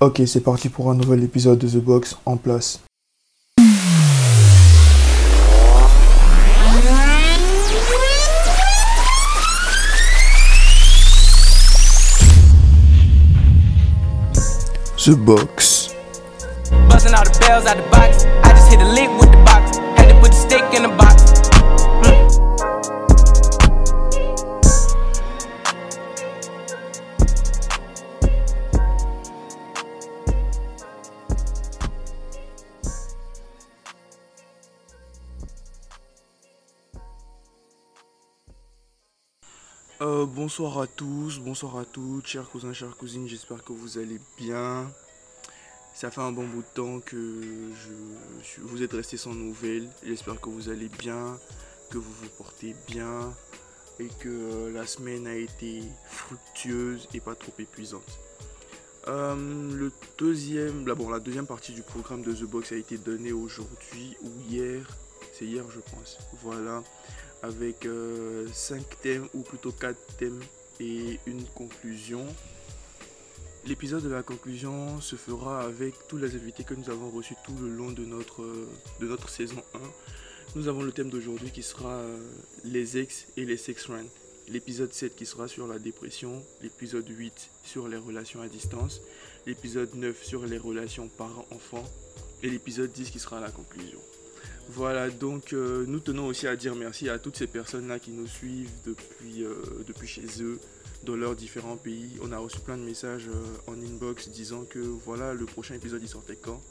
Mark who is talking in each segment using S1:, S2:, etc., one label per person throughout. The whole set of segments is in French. S1: Ok, c'est parti pour un nouvel épisode de The Box en place. The Box.
S2: Buzzing all the bells out the box. I just hit a lick with the box. Had to put the stick in the box.
S1: Euh, bonsoir à tous, bonsoir à toutes, chers cousins, chères cousines, j'espère que vous allez bien. Ça fait un bon bout de temps que je, je- vous êtes restés sans nouvelles. J'espère que vous allez bien, que vous vous portez bien et que euh, la semaine a été fructueuse et pas trop épuisante. Euh, le deuxième, la, bon, la deuxième partie du programme de The Box a été donnée aujourd'hui ou hier. C'est hier, je pense. Voilà avec 5 thèmes ou plutôt 4 thèmes et une conclusion. L'épisode de la conclusion se fera avec tous les invités que nous avons reçus tout le long de notre, euh, de notre saison 1. Nous avons le thème d'aujourd'hui qui sera euh, les ex et les sex friends. L'épisode 7 qui sera sur la dépression, l'épisode 8 sur les relations à distance, l'épisode 9 sur les relations parents-enfants et l'épisode 10 qui sera la conclusion. Voilà, donc euh, nous tenons aussi à dire merci à toutes ces personnes-là qui nous suivent depuis, euh, depuis chez eux, dans leurs différents pays. On a reçu plein de messages euh, en inbox disant que voilà, le prochain épisode il sortait quand.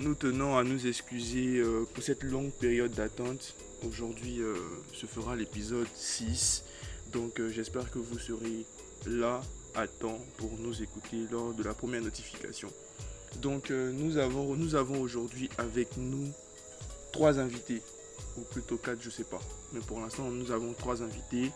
S1: Nous tenons à nous excuser euh, pour cette longue période d'attente. Aujourd'hui euh, se fera l'épisode 6. Donc euh, j'espère que vous serez là à temps pour nous écouter lors de la première notification. Donc euh, nous avons, nous avons aujourd'hui avec nous trois invités, ou plutôt quatre, je sais pas. Mais pour l'instant, nous avons trois invités,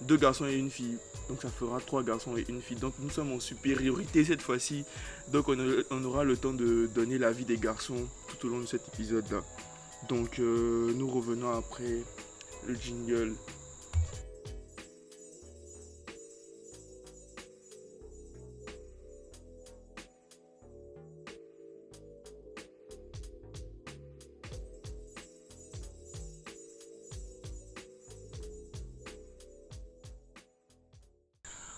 S1: deux garçons et une fille. Donc ça fera trois garçons et une fille. Donc nous sommes en supériorité cette fois-ci. Donc on, a- on aura le temps de donner l'avis des garçons tout au long de cet épisode-là. Donc euh, nous revenons après le jingle.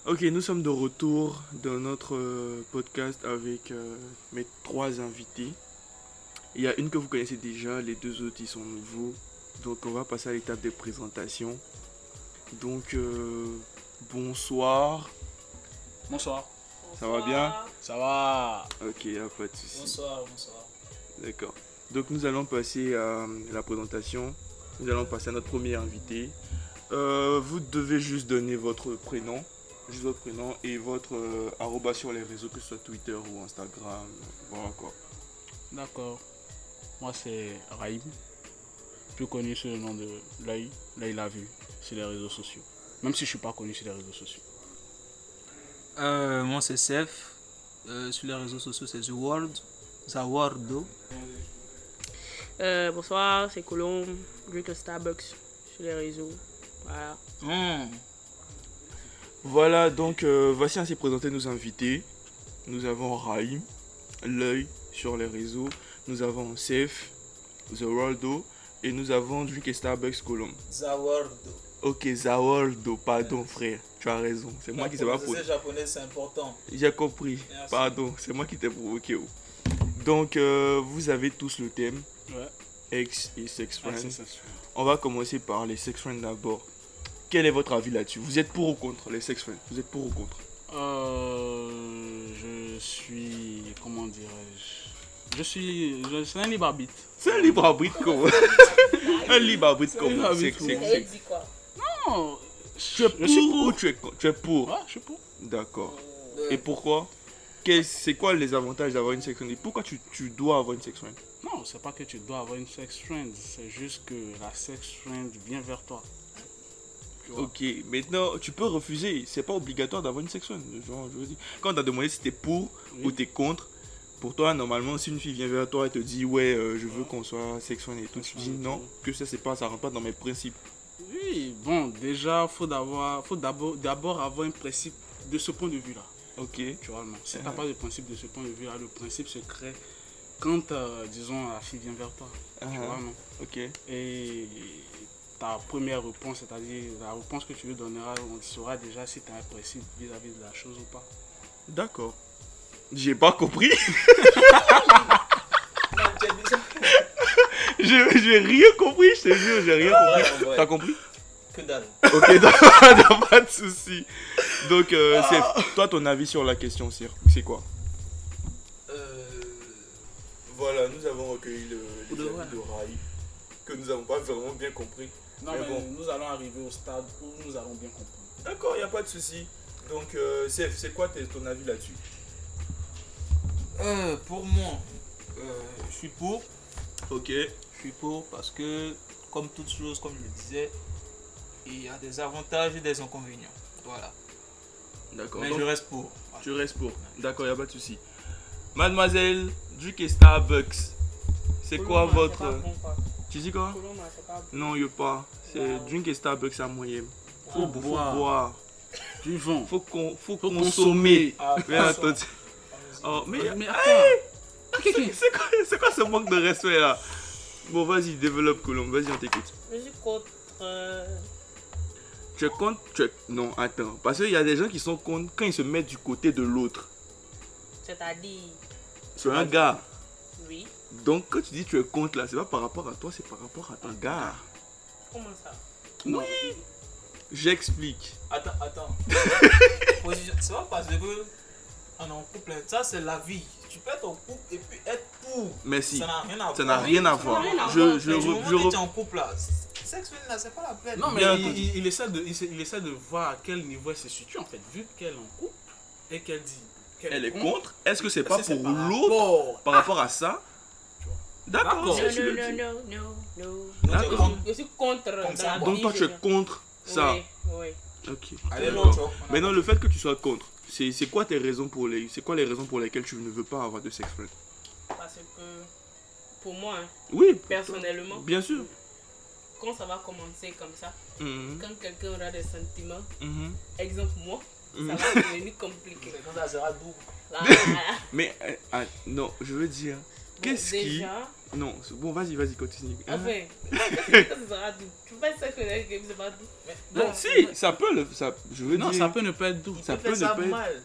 S1: Ok, nous sommes de retour dans notre euh, podcast avec euh, mes trois invités. Il y a une que vous connaissez déjà, les deux autres ils sont nouveaux. Donc on va passer à l'étape des présentations. Donc euh, bonsoir.
S3: Bonsoir.
S1: Ça va bien
S3: Ça va
S1: Ok, y a pas de souci.
S3: Bonsoir, bonsoir.
S1: D'accord. Donc nous allons passer à la présentation. Nous allons passer à notre premier invité. Euh, vous devez juste donner votre prénom, juste votre prénom et votre euh, arroba sur les réseaux, que ce soit Twitter ou Instagram. Voilà quoi.
S3: D'accord. Moi, c'est Raïm, plus connu sous le nom de L'œil. L'œil l'a vu sur les réseaux sociaux. Même si je suis pas connu sur les réseaux sociaux.
S4: Euh, moi c'est Sef. Euh, sur les réseaux sociaux c'est The World. The World.
S5: Euh, bonsoir, c'est Colombe. Drink a Starbucks sur les réseaux. Voilà.
S1: Voilà, donc euh, voici ainsi présentés nos invités. Nous avons Raïm, l'œil sur les réseaux. Nous avons Safe, The Worldo et nous avons Drink et Starbucks Colomb.
S6: The World.
S1: Ok, Zaworldo, pardon frère, tu as raison. C'est moi qui sais pas pour
S6: prononciation japonaise, c'est important.
S1: J'ai compris.
S6: Merci.
S1: Pardon, c'est moi qui t'ai provoqué. oh. Donc, euh, vous avez tous le thème
S3: Ouais.
S1: ex et sex
S3: Ah, c'est
S1: friends.
S3: ça.
S1: On va commencer par les sex friends d'abord. Quel est votre avis là-dessus Vous êtes pour ou contre les sex friends Vous êtes pour ou contre
S3: Euh, je suis. Comment dirais-je Je suis. Je suis un libre arbitre.
S1: C'est un libre arbitre comme un libre arbitre
S3: un
S1: comme
S3: libre
S1: sex,
S3: arbitre,
S1: sex,
S3: ouais.
S1: sex.
S5: dit quoi
S3: Non
S1: Tu es
S3: Je
S1: pour
S3: suis
S1: ou tu es contre Tu es pour
S3: Ouais, je suis pour.
S1: D'accord. Et pourquoi Quels- C'est quoi les avantages d'avoir une sex friend Et Pourquoi tu, tu dois avoir une sex friend
S3: Non, c'est pas que tu dois avoir une sex friend, c'est juste que la sex friend vient vers toi. Tu vois.
S1: Ok, maintenant tu peux refuser, c'est pas obligatoire d'avoir une sex friend. Genre, je veux dire. Quand t'as demandé si t'es pour
S3: Oui.
S1: ou t'es contre, pour toi, normalement, si une fille vient vers toi et te dit ouais, euh, je veux qu'on soit sex friend et tout, tu
S3: Sex
S1: dis
S3: friend et
S1: non,
S3: tout.
S1: que ça c'est pas, ça rentre pas dans mes principes.
S3: Oui, bon, déjà, faut d'avoir, faut d'abord, d'abord avoir un principe de ce point de vue-là.
S1: Ok.
S6: tu vois, non. Si t'as pas de principe de ce point de vue-là, le principe se crée quand, euh, disons, la fille vient vers toi, tu
S1: Ah,
S6: vois, non.
S1: Ok.
S6: Et ta première réponse, c'est-à-dire la réponse que tu lui donneras, on saura déjà si t'as un principe vis-à-vis de la chose ou pas.
S1: D'accord. J'ai pas compris.
S4: Non, tu as dit ça
S1: J'ai j'ai rien compris, je te jure, j'ai rien compris.
S4: Ouais, ouais.
S1: T'as compris
S4: Que dalle.
S1: Ok, d'accord, pas de soucis. Donc, euh, Sef, toi, ton avis sur la question, Sir, c'est quoi
S4: Euh, voilà, nous avons recueilli le, les
S6: de
S4: avis
S6: voilà.
S4: de Rai, que nous n'avons pas vraiment bien compris.
S6: Non,
S4: Mais
S6: mais
S4: bon.
S6: nous allons arriver au stade où nous allons bien comprendre.
S4: D'accord, il n'y a pas de souci. Donc, euh, Sef, c'est quoi tes- ton avis là-dessus
S7: Euh, pour moi, euh, je suis pour.
S1: Ok.
S7: Je suis pour parce que, comme toute chose, comme je le disais, il y a des avantages et des inconvénients. Voilà.
S1: D'accord.
S7: Mais
S1: donc,
S7: je reste pour. Voilà.
S1: Tu restes pour. D'accord, y a pas de souci. Mademoiselle, Duke et Starbucks, c'est quoi votre. Tu dis quoi Non, y a pas. C'est drink et Starbucks à moyenne. Faut,
S6: Faut
S1: bo- faut
S6: boire.
S1: boire.
S6: Du vent.
S1: Faut, con- faut
S6: Faut
S1: consommer.
S4: Ah,
S1: Mais attends. Oh, mais
S6: Mais attends.
S1: c'est c'est quoi, c'est quoi ce manque de respect là Bon, vas-y, développe Colombe, vas-y, on t'écoute.
S8: Je suis contre. euh,
S1: Tu es contre. Tu es- Non, attends. Parce qu'il y a des gens qui sont contre quand ils se mettent du côté de l'autre.
S8: C'est-à-dire.
S1: C'est un gars.
S8: Oui.
S1: Donc, quand tu dis tu es contre là, c'est pas par rapport à toi, c'est par rapport à ton gars.
S8: Comment ça
S1: J'explique.
S7: Attends, attends.
S4: Position- C'est pas parce que on est en couple. Ça, c'est la vie. Tu peux être en couple et puis être pour.
S1: Merci.
S4: Ça n'a rien à
S1: Ça n'a
S4: voir.
S1: rien à voir.
S8: rien à
S1: Je,
S8: voir.
S1: je,
S4: Mais du
S1: re-
S4: moment
S1: je
S4: que
S1: re-
S4: tu es en couple là, sexe là, c'est pas la peine.
S6: Non, mais
S1: Bien
S6: il,
S1: entendu.
S6: il- il essaie de, il, essaie, il essaie de voir à quel niveau elle se situe en fait, vu qu'elle est en couple et qu'elle dit. qu'elle
S1: elle est contre. Est-ce que c'est pas
S6: Est-ce que
S1: pour
S6: c'est par
S1: l'autre
S4: Bon,
S1: par rapport à ça D'accord.
S6: D'accord.
S1: si
S8: Non,
S1: tu le
S8: non,
S1: dis.
S8: non, non, non,
S4: Donc,
S8: non.
S1: D'accord.
S8: Je suis contre.
S4: Comme ça,
S8: la
S4: quoi.
S1: Donc toi
S8: vie,
S1: tu
S8: je-
S1: es contre ça.
S8: Oui, oui.
S1: Ok.
S4: allez,
S1: D'accord.
S4: l'autre. on a-
S1: Maintenant le fait que tu sois contre, c'est c'est quoi tes raisons pour les, c'est quoi les raisons pour lesquelles tu ne veux pas avoir de sexe friend
S8: Parce que pour moi, hein,
S1: Oui. pour toi.
S8: personnellement,
S1: Bien sûr.
S8: quand ça va commencer comme ça,
S1: Mhm,
S8: quand quelqu'un aura des sentiments,
S1: mhm,
S8: exemple moi,
S1: mhm.
S8: ça va devenir compliqué.
S4: C'est quand ça sera doux.
S8: Là, là,
S1: Mais euh, ah, non, je veux dire, qu'est-ce qui
S8: Déjà,
S1: Non, c'est- bon vas-y, vas-y continue. Hein
S8: enfin, ça sera doux. Tu peux être avec quelqu'un, ça va doux.
S1: Non, si, ça peut le ça je veux
S6: Non,
S1: dire
S6: ça peut ne pas être doux.
S4: Il
S1: Ça
S4: peut
S1: peut
S4: faire
S1: ne
S4: ça
S1: pas être-
S4: mal.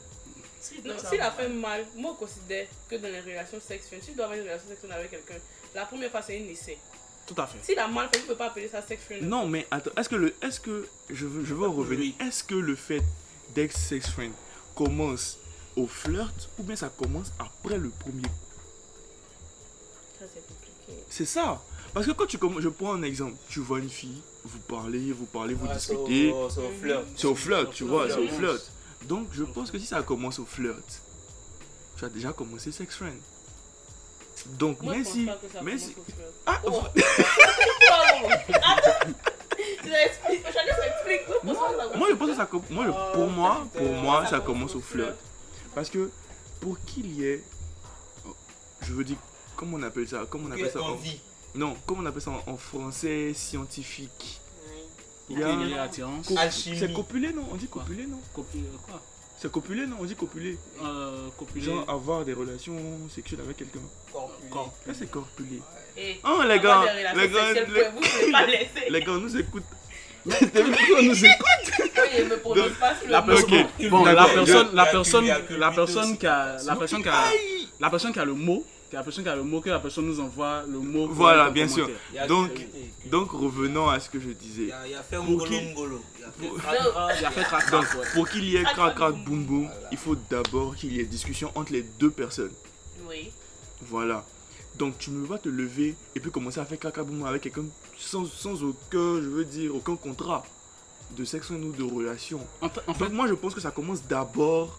S4: Si,
S8: Non, si la fait mal, moi je considère que dans les relations sexuelles, si tu dois avoir une relation sexuelle avec quelqu'un, la première fois c'est un essai.
S6: Tout à fait.
S8: Si la mal fait, tu peux pas appeler ça sexuelle.
S1: Non, mais attends, est-ce que le. Est-ce que. Je veux, je veux en revenir. Est-ce que le fait d'être sex friend commence au flirt ou bien ça commence après le premier coup
S8: Ça c'est compliqué.
S1: C'est ça Parce que quand tu commences. Je prends un exemple. Tu vois une fille, vous parlez, vous parlez, vous
S4: Ouais, c'est au-
S1: discutez.
S4: C'est au flirt.
S1: C'est au flirt, tu vois, c'est au
S8: Commence.
S1: flirt. Donc je pense que si ça commence au flirt, tu as déjà commencé sex friend. Donc,
S8: Moi je
S1: mais
S8: pense
S1: si.
S8: pas que ça
S1: Mais
S8: commence
S1: si.
S8: au flirt.
S1: Ah,
S8: Oh.
S1: v-
S8: Pardon. Attends. Je l'explique. J'allais s'expliquer. Pourquoi ça va
S1: Moi, je pense que ça com- moi, je- pour moi, pour moi, ça commence au flirt.
S8: flirt.
S1: Parce que pour qu'il y ait, oh, je veux dire, comment on appelle ça, comment on appelle ça, en,
S4: Envie.
S1: non, comment on appelle ça en, en français scientifique. Il y a-
S6: Il y a attirance.
S1: co-
S4: Alchimie.
S1: c'est copulé non On dit
S6: Quoi
S1: copulé non
S6: Copu- euh, Quoi
S1: C'est copulé non On dit copulé.
S6: Euh, copuler.
S1: Genre avoir des relations sexuelles avec quelqu'un.
S4: corpulent.
S6: Corps.
S1: Là c'est corpulé.
S8: Et
S1: Oh les gars, les
S8: les
S1: gars, les,
S8: vous ne pas laisser.
S1: les gars, on nous écoute. T'as vu qu'on nous écoute
S8: Moi, je me prononce pas sur le
S6: La
S8: mot.
S6: personne,
S1: Ok.
S6: bon, la
S1: D'accord.
S6: personne, la
S4: Il y a
S6: personne,
S4: que- il y a que
S6: la
S4: lui
S6: personne
S4: aussi.
S6: qui a, la personne qui a, la personne qui a le mot, qui a la personne qui a le mot, que la personne nous envoie le mot. pour
S1: Voilà,
S6: le
S1: bien sûr.
S6: commentaire.
S4: Il y a
S1: Donc,
S4: que-
S1: Donc revenons à ce que je disais.
S4: Il y a- il y a fait
S1: Pour qui-
S4: Ngolo Ngolo. Il y a fait
S6: Pour-
S4: Krakra, il y a fait Krakra.
S1: Donc, pour qu'il y ait
S8: Crac,
S1: crac
S8: crac,
S1: crac boum
S8: boum,
S1: boum,
S4: Voilà.
S1: il faut d'abord qu'il y ait discussion entre les deux personnes.
S8: Oui.
S1: Voilà. Donc tu ne peux pas te lever et puis commencer à faire crac crac boum boum avec quelqu'un sans, sans aucun, je veux dire, aucun contrat de sexe ou de relation.
S6: En, fa- en fait,
S1: Donc moi je pense que ça commence d'abord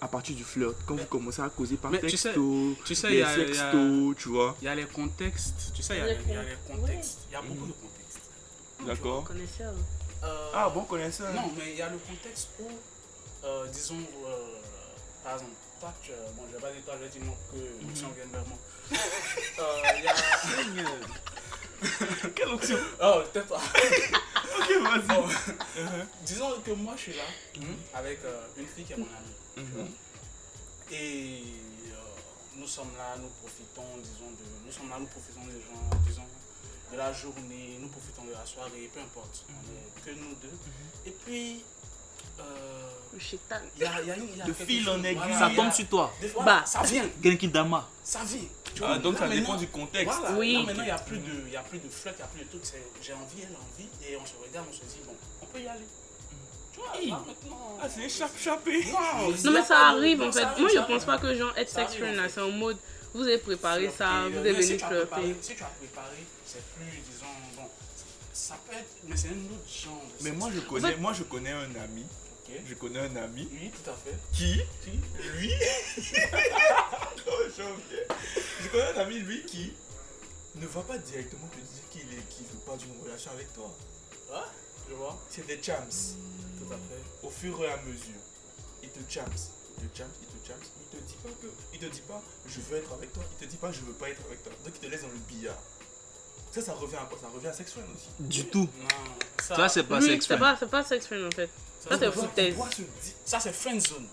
S1: à partir du flirt, quand vous commencez à causer par
S6: Mais tu sais-
S1: texto,
S6: tu sais, il y
S1: les
S6: a, il y a-
S1: sextos, tu vois.
S6: il y a les contextes. Tu sais, il y a,
S8: Les
S6: les- il y a les
S8: con-
S6: contextes. Il y a beaucoup
S1: Mhm.
S6: de contextes.
S1: D'accord.
S8: Connaisseur.
S6: Euh,
S1: Ah bon connaisseur.
S6: Non, mais il y a le contexte où, euh, disons, euh, par exemple, toi, tu, euh, bon, je vais pas dire toi, je vais dire non, que
S1: Mhm.
S6: l'option vienne vers moi. Euh, Il y a.
S1: Quelle option
S6: Oh, peut-être pas.
S1: vas-y. Uh-huh. Mhm.
S6: Bon, disons que moi je suis là avec euh, une fille qui est mon amie. Et euh, nous sommes là, nous profitons, disons, de, nous sommes là, nous profitons des gens, disons, de la journée, nous profitons de la soirée, peu importe.
S1: Mhm.
S6: On est que nous deux. Et puis, euh,
S8: Le chétan.
S6: il y a, il y a, une- il y a
S4: De
S6: quelque
S4: fil
S6: chose,
S4: en aiguille,
S6: voilà,
S4: ça
S6: il y a-
S4: tombe sur toi.
S6: des- voilà,
S8: Bah.
S6: ça vient,
S4: Genki Dama.
S6: ça vient. tu vois.
S9: Ah, donc
S6: Là,
S9: ça
S6: maintenant-
S9: dépend du contexte.
S6: voilà,
S8: Oui.
S6: là, maintenant il n'y a plus de il y a plus de flirt, il n'y a plus de trucs, c'est j'ai envie, elle a envie, et on se regarde, on se dit bon, on peut y aller. Tu vois, là, maintenant. euh,
S9: Ah, c'est échappé.
S6: Wow,
S8: Non,
S6: y
S8: mais
S6: a
S8: ça
S6: pas de-
S8: arrive
S6: non,
S8: en fait.
S6: ça
S8: Moi,
S6: arrive,
S8: je
S6: ça
S8: pense pas
S6: arrive.
S8: que genre être
S6: Ça arrive,
S8: sexuel
S6: en
S8: là,
S6: fait.
S8: c'est en mode vous avez préparé
S6: Flirter,
S8: ça, vous
S6: euh,
S8: êtes
S6: mais si
S8: venu
S6: tu as préparé-
S8: flirter.
S6: Si tu as préparé, c'est plus, disons, bon, ça peut être, mais c'est un autre genre. de
S1: Mais
S6: sexe.
S1: moi je
S8: En
S1: connais,
S8: fait-
S1: moi je connais un ami.
S6: Ok.
S1: Je connais un ami
S6: Oui, tout à fait.
S1: qui,
S6: Qui
S1: lui, Oh, j'ai oublié. Je connais un ami lui qui ne va pas directement te dire qu'il est, qu'il veut pas d'une relation avec toi.
S6: Je vois.
S1: C'est des champs.
S6: Tout à fait.
S1: au fur et à mesure, il te chams, il te chams, il te chams, il te dit pas que, il te dit pas je veux être avec toi, il te dit pas je veux pas être avec toi, donc il te laisse dans le billard. Ça, ça revient à quoi Ça revient à sexuel aussi.
S4: Du tout.
S6: Non, ça,
S4: Toi, c'est pas
S8: Lui, c'est
S4: sexuel.
S8: pas, c'est pas sexuel en fait. Ça, c'est
S1: On
S8: foutaise.
S1: doit se dire-
S6: ça, c'est friend zone.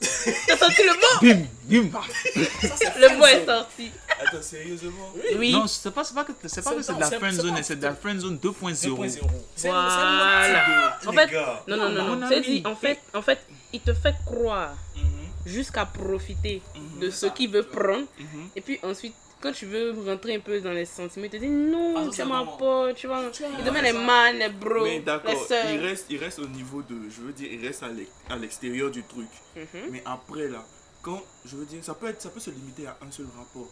S8: T'as sorti le mot
S4: Bim, bim.
S8: Le mot est sorti.
S1: Attends, sérieusement
S8: Oui.
S4: Non, c'est pas, c'est pas que c'est pas
S6: C'est-
S4: que c'est de
S6: non,
S4: la
S6: c'est-
S4: friend
S6: c'est
S4: zone,
S6: pas-
S4: c'est de la friend zone 2.0.
S6: 2.0. C'est-
S8: Voilà. En
S1: Les
S8: fait,
S1: gars,
S8: non, non, non,
S4: Mon
S8: non.
S4: ami.
S8: C'est dit, en fait, en fait, il te fait croire
S6: Mm-hmm.
S8: jusqu'à profiter de ce qu'il veut prendre. Et puis ensuite, quand tu veux rentrer un peu dans les sentiments, il te dit
S6: Ah,
S8: non,
S6: ça,
S8: c'est
S6: c'est
S8: ma
S6: vraiment-
S8: pote, tu vois. Il te met les
S6: ça.
S8: man, les bros,
S9: Mais
S8: les
S9: d'accord, il
S8: sœurs.
S9: reste, il reste au niveau de. Je veux dire, il reste à l'ex- à l'extérieur du truc.
S8: Mhm.
S9: Mais après, là, quand. Je veux dire, ça peut, être, ça peut se limiter à un seul rapport.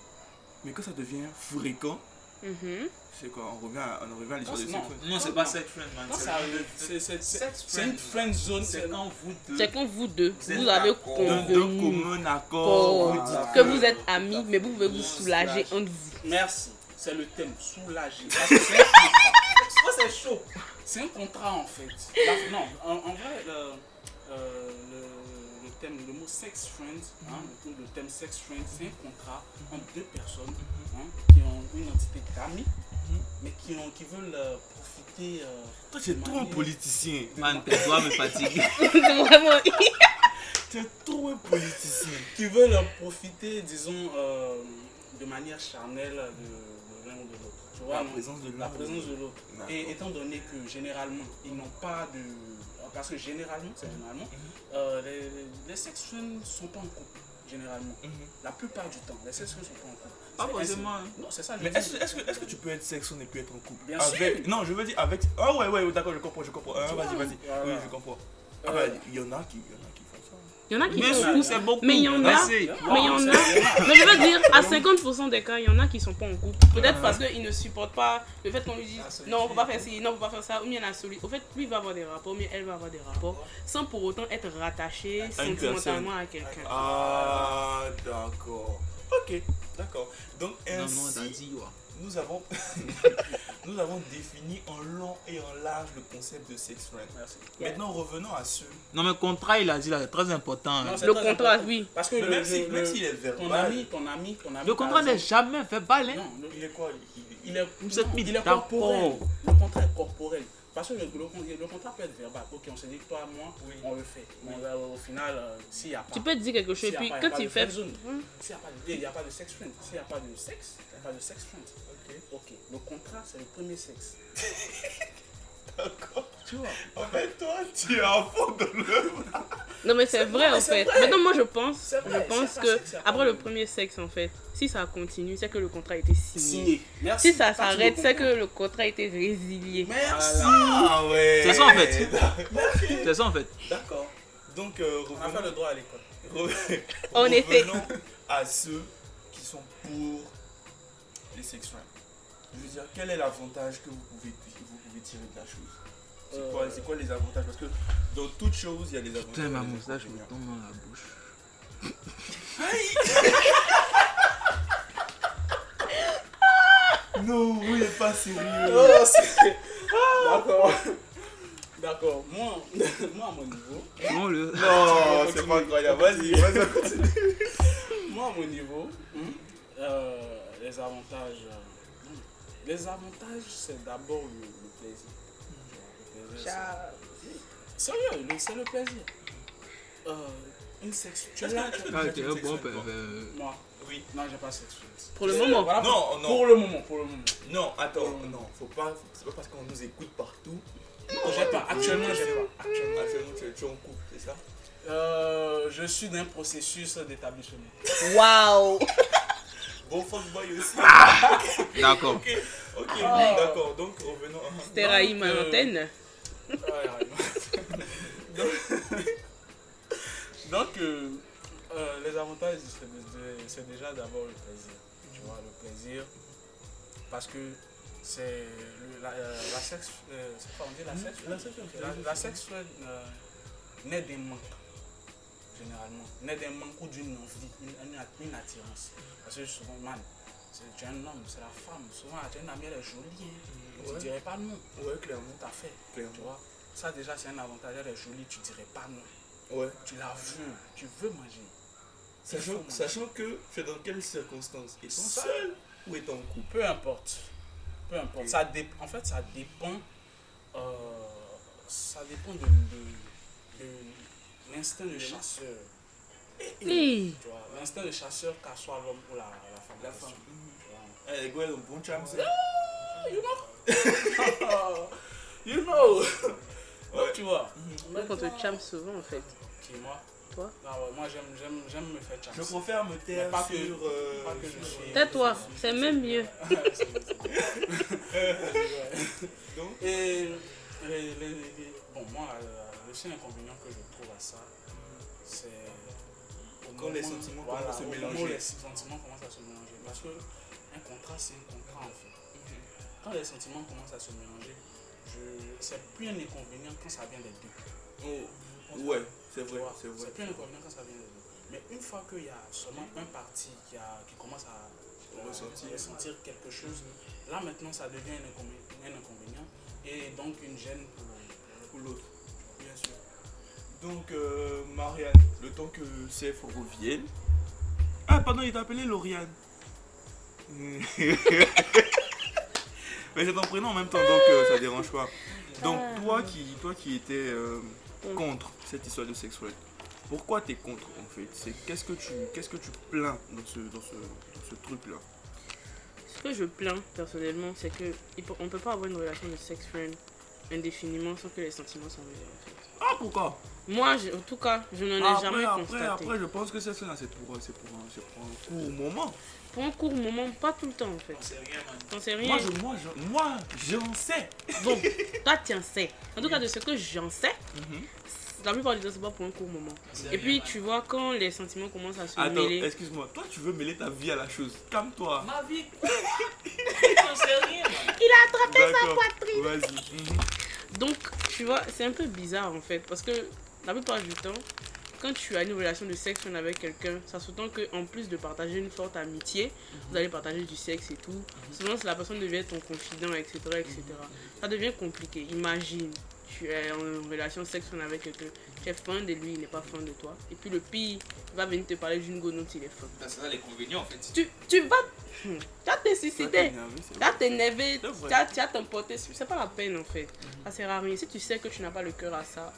S9: Mais quand ça devient fréquent,
S8: Mhm.
S9: c'est quoi On revient à, on revient à l'histoire
S6: Non,
S9: de
S6: non.
S9: sexe.
S4: Non, c'est pas sex friend, man.
S6: Non,
S4: C'est-
S6: ça arrive. C'est- c'est- C'est c'est une friend zone.
S4: C'est
S6: C'est
S4: quand vous deux.
S8: C'est quand vous deux,
S4: êtes
S8: vous avez
S4: d'accord. D'un-
S9: De, de
S8: convenu
S9: commun accord.
S8: qu'on-
S6: Voilà.
S8: que vous êtes amis, mais vous pouvez vous soulager entre vous.
S6: Merci. C'est le thème. Soulager. Parce que c'est un contrat. Soit c'est chaud. C'est un contrat en fait. La- non, en, en vrai, euh, euh, le, le thème, le mot sex friend, hein, le, le thème sex friend, c'est un contrat entre deux personnes hein, qui ont une entité d'amis, mais qui, ont, qui veulent euh, profiter. euh,
S9: Toi, t'es
S6: de
S9: trop un
S6: manière-
S9: politicien.
S4: Man, tes doigts me fatiguent.
S8: Vraiment,
S9: T'es trop un politicien.
S6: qui veulent en profiter, disons, euh, de manière charnelle de, de l'un ou de l'autre. Tu vois,
S9: La
S6: non
S9: présence de l'un
S6: La
S9: ou de
S6: présence de l'autre.
S9: D'accord.
S6: Et étant donné que généralement, ils n'ont pas de. Parce que généralement, c'est
S1: Mhm.
S6: généralement, euh, les, les sexuels ne sont pas en couple, généralement. La plupart du temps, les sexuels ne sont pas en couple.
S4: Pas
S6: C'est-
S4: forcément, hein.
S6: Non, c'est ça, je
S1: Mais
S6: dis.
S1: est-ce est-ce que, est que tu peux être sexe et ne plus être en couple
S6: Bien
S1: avec,
S6: sûr.
S1: Non, je veux dire avec. Ah
S9: oh,
S1: ouais, ouais, ouais, d'accord, je comprends, je comprends.
S9: Euh,
S1: Ah,
S6: Tu
S1: vas-y,
S6: vois,
S1: vas-y.
S6: voilà.
S1: Oui, je comprends. Ah,
S6: Euh,
S1: bah, il y en a qui, il y en a qui font ça.
S8: il y en a qui
S4: Bien
S8: sont
S4: sûr, c'est beaucoup.
S8: Mais il y en a-
S4: Merci.
S8: Mais il y en a, mais je veux dire, à 50% des cas, il y en a qui sont pas en couple. Peut-être parce qu'ils ne supportent pas le fait qu'on lui dise non, on peut pas faire ci, non, on peut pas faire ça, ou bien la solitude. Au fait, lui va avoir des rapports, mais elle va avoir des rapports, sans pour autant être rattaché sentimentalement à quelqu'un.
S1: Ah, d'accord. Ok, d'accord. Donc,
S4: Non, non, t'as
S1: ainsi,
S4: dit, ouais.
S1: nous avons nous avons défini en long et en large le concept de sex friend. Maintenant revenons à ce
S4: Non, mais contrat, il a dit là, c'est très important. hein.
S6: Non, c'est
S8: Le
S6: très
S8: contrat,
S6: important.
S8: oui.
S6: Parce que
S1: même
S6: le,
S1: si-
S6: le-
S1: même
S6: le-
S1: s'il est
S6: ton
S1: verbal.
S6: ami, ton ami, ton ami.
S4: Le
S6: par
S4: contrat n'est
S6: exemple-
S4: jamais fait balle. hein.
S6: Non, le-
S1: il est quoi il, il- il-
S6: Il est,
S4: Vous êtes
S6: non,
S4: mis
S6: il est
S4: d'accord.
S6: corporel. Le contrat est corporel. Parce que le, le con- le contrat peut être verbal. Ok, on s'est dit que toi, moi, on le fait. Mais là, au final, euh, s'il n'y a pas.
S8: Tu peux te dire quelque chose,
S6: s'il
S8: et
S6: y a
S8: puis
S6: pas- il y a
S8: quand
S6: pas
S8: il
S6: de
S8: fait.
S6: friendzone, S'il n'y a pas de- il y a pas de sex friend. S'il n'y a pas de sexe, il n'y a pas de sex friend. Ok. Le contrat, c'est le premier sexe. D'accord. Tu vois.
S1: En fait, toi, tu es à fond dans le.
S8: Non, mais c'est vrai en fait. Maintenant, moi je pense,
S6: C'est vrai,
S8: je pense
S6: c'est
S8: que
S6: pas sexe, c'est pas
S8: après le
S6: vrai.
S8: premier sexe, en fait, si ça continue, c'est que le contrat a été signé.
S6: Signé. Merci.
S8: Si ça
S6: tu
S8: s'arrête,
S6: le
S8: c'est
S6: comprends.
S8: que le contrat a été résilié.
S6: Merci.
S1: Ah ouais.
S4: C'est ça en
S6: Eh,
S4: fait. C'est ça en fait.
S1: D'accord. Donc euh,
S6: On a fait le
S1: revenons,
S6: droit à l'école.
S1: re-
S8: En effet.
S1: revenons à ceux qui sont pour les sex friends. Je veux dire, quel est l'avantage que vous pouvez, que vous pouvez tirer de la chose C'est quoi,
S6: Euh.
S1: c'est quoi les avantages Parce que dans toute chose, il y a des avantages.
S4: Putain,
S1: et
S4: ma
S1: des
S4: moustache me
S1: inconvénients.
S4: tombe dans la bouche.
S1: Non, vous n'êtes pas sérieux.
S6: Oh, c'est- D'accord. D'accord. Moi, moi, à mon niveau,
S4: Non, le.
S1: Non, c'est pas incroyable. Vas-y, vas-y, continue.
S6: moi, à mon niveau, hmm, euh, les avantages. euh, les avantages, c'est d'abord le, le plaisir. reste.
S10: Ciao.
S6: Sérieux, donc c'est le plaisir. Euh, une sex. Tu as là, tu as
S4: Ah,
S6: déjà
S4: ok,
S6: une sex
S4: bon,
S6: friend, toi
S4: ben, ben,
S6: Moi.
S1: Oui.
S6: Non, j'ai pas sex friend.
S8: Pour le moment.
S6: Voilà, pour-
S1: Non, non,
S6: Pour le moment, pour le moment.
S1: non, attends, non, faut pas, c'est pas parce qu'on nous écoute partout.
S6: Non, j'ai pas. Actuellement, j'ai pas. Actuellement.
S1: Actuellement, tu es tu es en couple, c'est ça
S6: Euh, je suis dans un processus d'établissement.
S8: Waouh!
S1: Bon fuckboy aussi.
S4: D'accord.
S1: Ok, ok, d'accord, donc euh, revenons.
S8: C'était Raïm à l'antenne.
S6: Ouais, ouais. donc, donc, euh, euh, les avantages, c'est de- c'est déjà d'abord le plaisir. Tu vois, le plaisir, parce que c'est le- la, euh, la sexe, euh, c'est quoi on dit la sexe, la sexe, la, sexe euh, naît d'un manque généralement, naît d'un manque ou d'une envie, une, une- une attirance. Parce que souvent, man, c'est- tu es un homme, c'est la femme, souvent tu es une amie, elle est jolie, hein. tu dirais pas non. Ouais, clairement. Tout à fait. Tu vois, ça déjà c'est un avantage, elle est jolie, tu dirais pas non.
S1: Ouais.
S6: Tu la veux, tu veux manger.
S1: Sachant, sachant que tu es dans quelles circonstances Étant
S6: Ça-
S1: seul ou étant en couple
S6: Peu importe. Peu importe. Ça dé- En fait, ça dépend. euh, ça dépend de, de- de l'instinct de chasseur.
S8: Hey.
S6: Tu vois, l'instinct de chasseur, qu'à soit l'homme ou la, la femme. La femme. Tu
S1: Eh, Gwen, bon chum, c'est.
S6: vois. you know. Ouais, tu vois.
S8: Moi, quand te chame souvent, en fait.
S6: Qui, moi
S8: Toi
S6: Ah ouais, Moi, j'aime, j'aime, j'aime me faire chasser.
S1: Je préfère me taire
S6: Mais pas que-
S1: sur. euh,
S6: Pas que je
S1: sur-
S6: suis-
S8: Tais-toi, c'est même mieux.
S6: Donc, et, les- les- les- bon, moi, euh, le seul inconvénient que je trouve à ça, c'est au
S1: Quand les
S6: moment-
S1: sentiments
S6: voilà,
S1: commencent à se
S6: au moment où
S1: mélanger.
S6: les sentiments commencent à se mélanger. Parce que un contrat, c'est un contrat en fait. Quand les sentiments commencent à se mélanger, je- c'est plus un inconvénient quand ça vient des deux.
S1: Oh, Ouais, c'est
S6: Tu
S1: vrai,
S6: vois,
S1: c'est vrai.
S6: plus un inconvénient quand ça vient des deux. Mais une fois qu'il y a seulement un parti qui, a- qui commence à euh,
S1: Ressentir.
S6: ressentir quelque chose, là maintenant ça devient un inconvénient, un inconvénient et donc une gêne pour,
S1: Pour l'autre.
S6: bien sûr.
S1: Donc, euh, Marianne, le temps que CF revienne. Ah, pardon, il t'a appelé Lauriane. Mais c'est ton prénom en même temps, donc euh, ça dérange pas. Donc,
S8: Ah.
S1: toi qui, toi qui étais euh, contre cette histoire de sex friend, pourquoi t'es contre en fait C'est qu'est-ce que tu, qu'est-ce que tu plains dans ce, dans ce, dans ce truc là
S8: Ce que je plains personnellement, c'est que il peut- on peut pas avoir une relation de sex friend indéfiniment sans que les sentiments soient résolus. en fait.
S1: Ah, pourquoi
S8: Moi, je- en tout cas, je n'en ai
S1: après,
S8: jamais
S1: après,
S8: constaté.
S1: après, je pense que c'est ça, c'est pour, c'est pour, un- c'est pour un court moment.
S8: Pour un court moment, pas tout le temps en fait. T'en sais rien.
S1: Moi, je, moi, je, moi, j'en sais.
S8: Bon, toi, tu en sais. En tout cas, de ce que j'en sais, la plupart du temps, c'est pas pour un court moment. Et puis, tu vois, quand les sentiments commencent à se
S1: Attends,
S8: mêler.
S1: excuse-moi, toi tu veux mêler ta vie à la chose. Calme-toi.
S6: Ma vie, je sais rien.
S1: D'accord. Vas-y.
S8: Donc, tu vois, c'est un peu bizarre en fait, parce que la plupart du temps, quand tu as une relation de sexe avec quelqu'un, ça s'entend qu'en plus de partager une forte amitié, vous allez partager du sexe et tout. Souvent, la personne devient ton confident, etc. etc. Ça devient compliqué. Imagine, tu es en relation sexuelle avec quelqu'un, tu es fan de lui, il n'est pas fan de toi. Et puis le pire, il va venir te parler d'une gono il est fan.
S4: C'est ça les convénients en fait.
S8: Tu, tu vas. Hmm. Tu vas te susciter. Tu vas t'énerver,
S1: C'est
S8: tu
S1: vrai.
S8: vas- tu vas t'emporter. C'est pas la peine en fait. Ça sert à rien. Si tu sais que tu n'as pas le cœur à ça,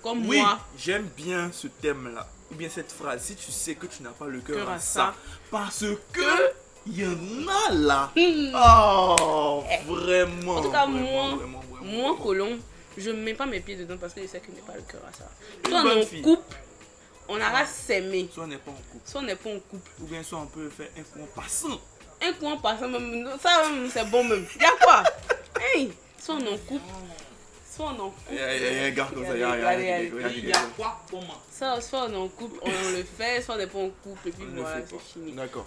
S8: comme
S1: Oui,
S8: moi,
S1: j'aime bien ce thème-là. Ou bien cette phrase. Si tu sais que tu n'as pas le cœur
S8: Cœur
S1: à
S8: à
S1: ça,
S8: ça.
S1: parce que il y en a là.
S8: Hmm.
S1: Oh, vraiment.
S8: Eh. En tout cas,
S1: vraiment,
S8: moi,
S1: vraiment, vraiment,
S8: moi,
S1: vraiment.
S8: colon, je mets pas mes pieds dedans parce que je sais que je n'ai pas le cœur à ça.
S1: Une
S8: Soit
S1: bonne
S8: on est
S1: fille.
S8: en couple, on aura s'aimer.
S1: Soit on n'est pas en couple,
S8: Soit on n'est pas en couple.
S1: ou bien soit on peut faire un coup en passant.
S8: Un coup en passant, même, ça même, c'est bon même. Y'a quoi Hey, Soit on est en couple, soit on est en couple.
S1: Eh, eh, eh, eh, garde comme ça, y'a- y'a- y'a- y'a-
S8: Il
S1: y'a- y'a-
S6: Quoi Comment
S8: Ça, soit on est en couple, on le fait, soit on n'est pas en couple, et puis
S1: On ne
S8: voilà,
S1: fait
S8: c'est
S1: pas.
S8: fini.
S1: D'accord.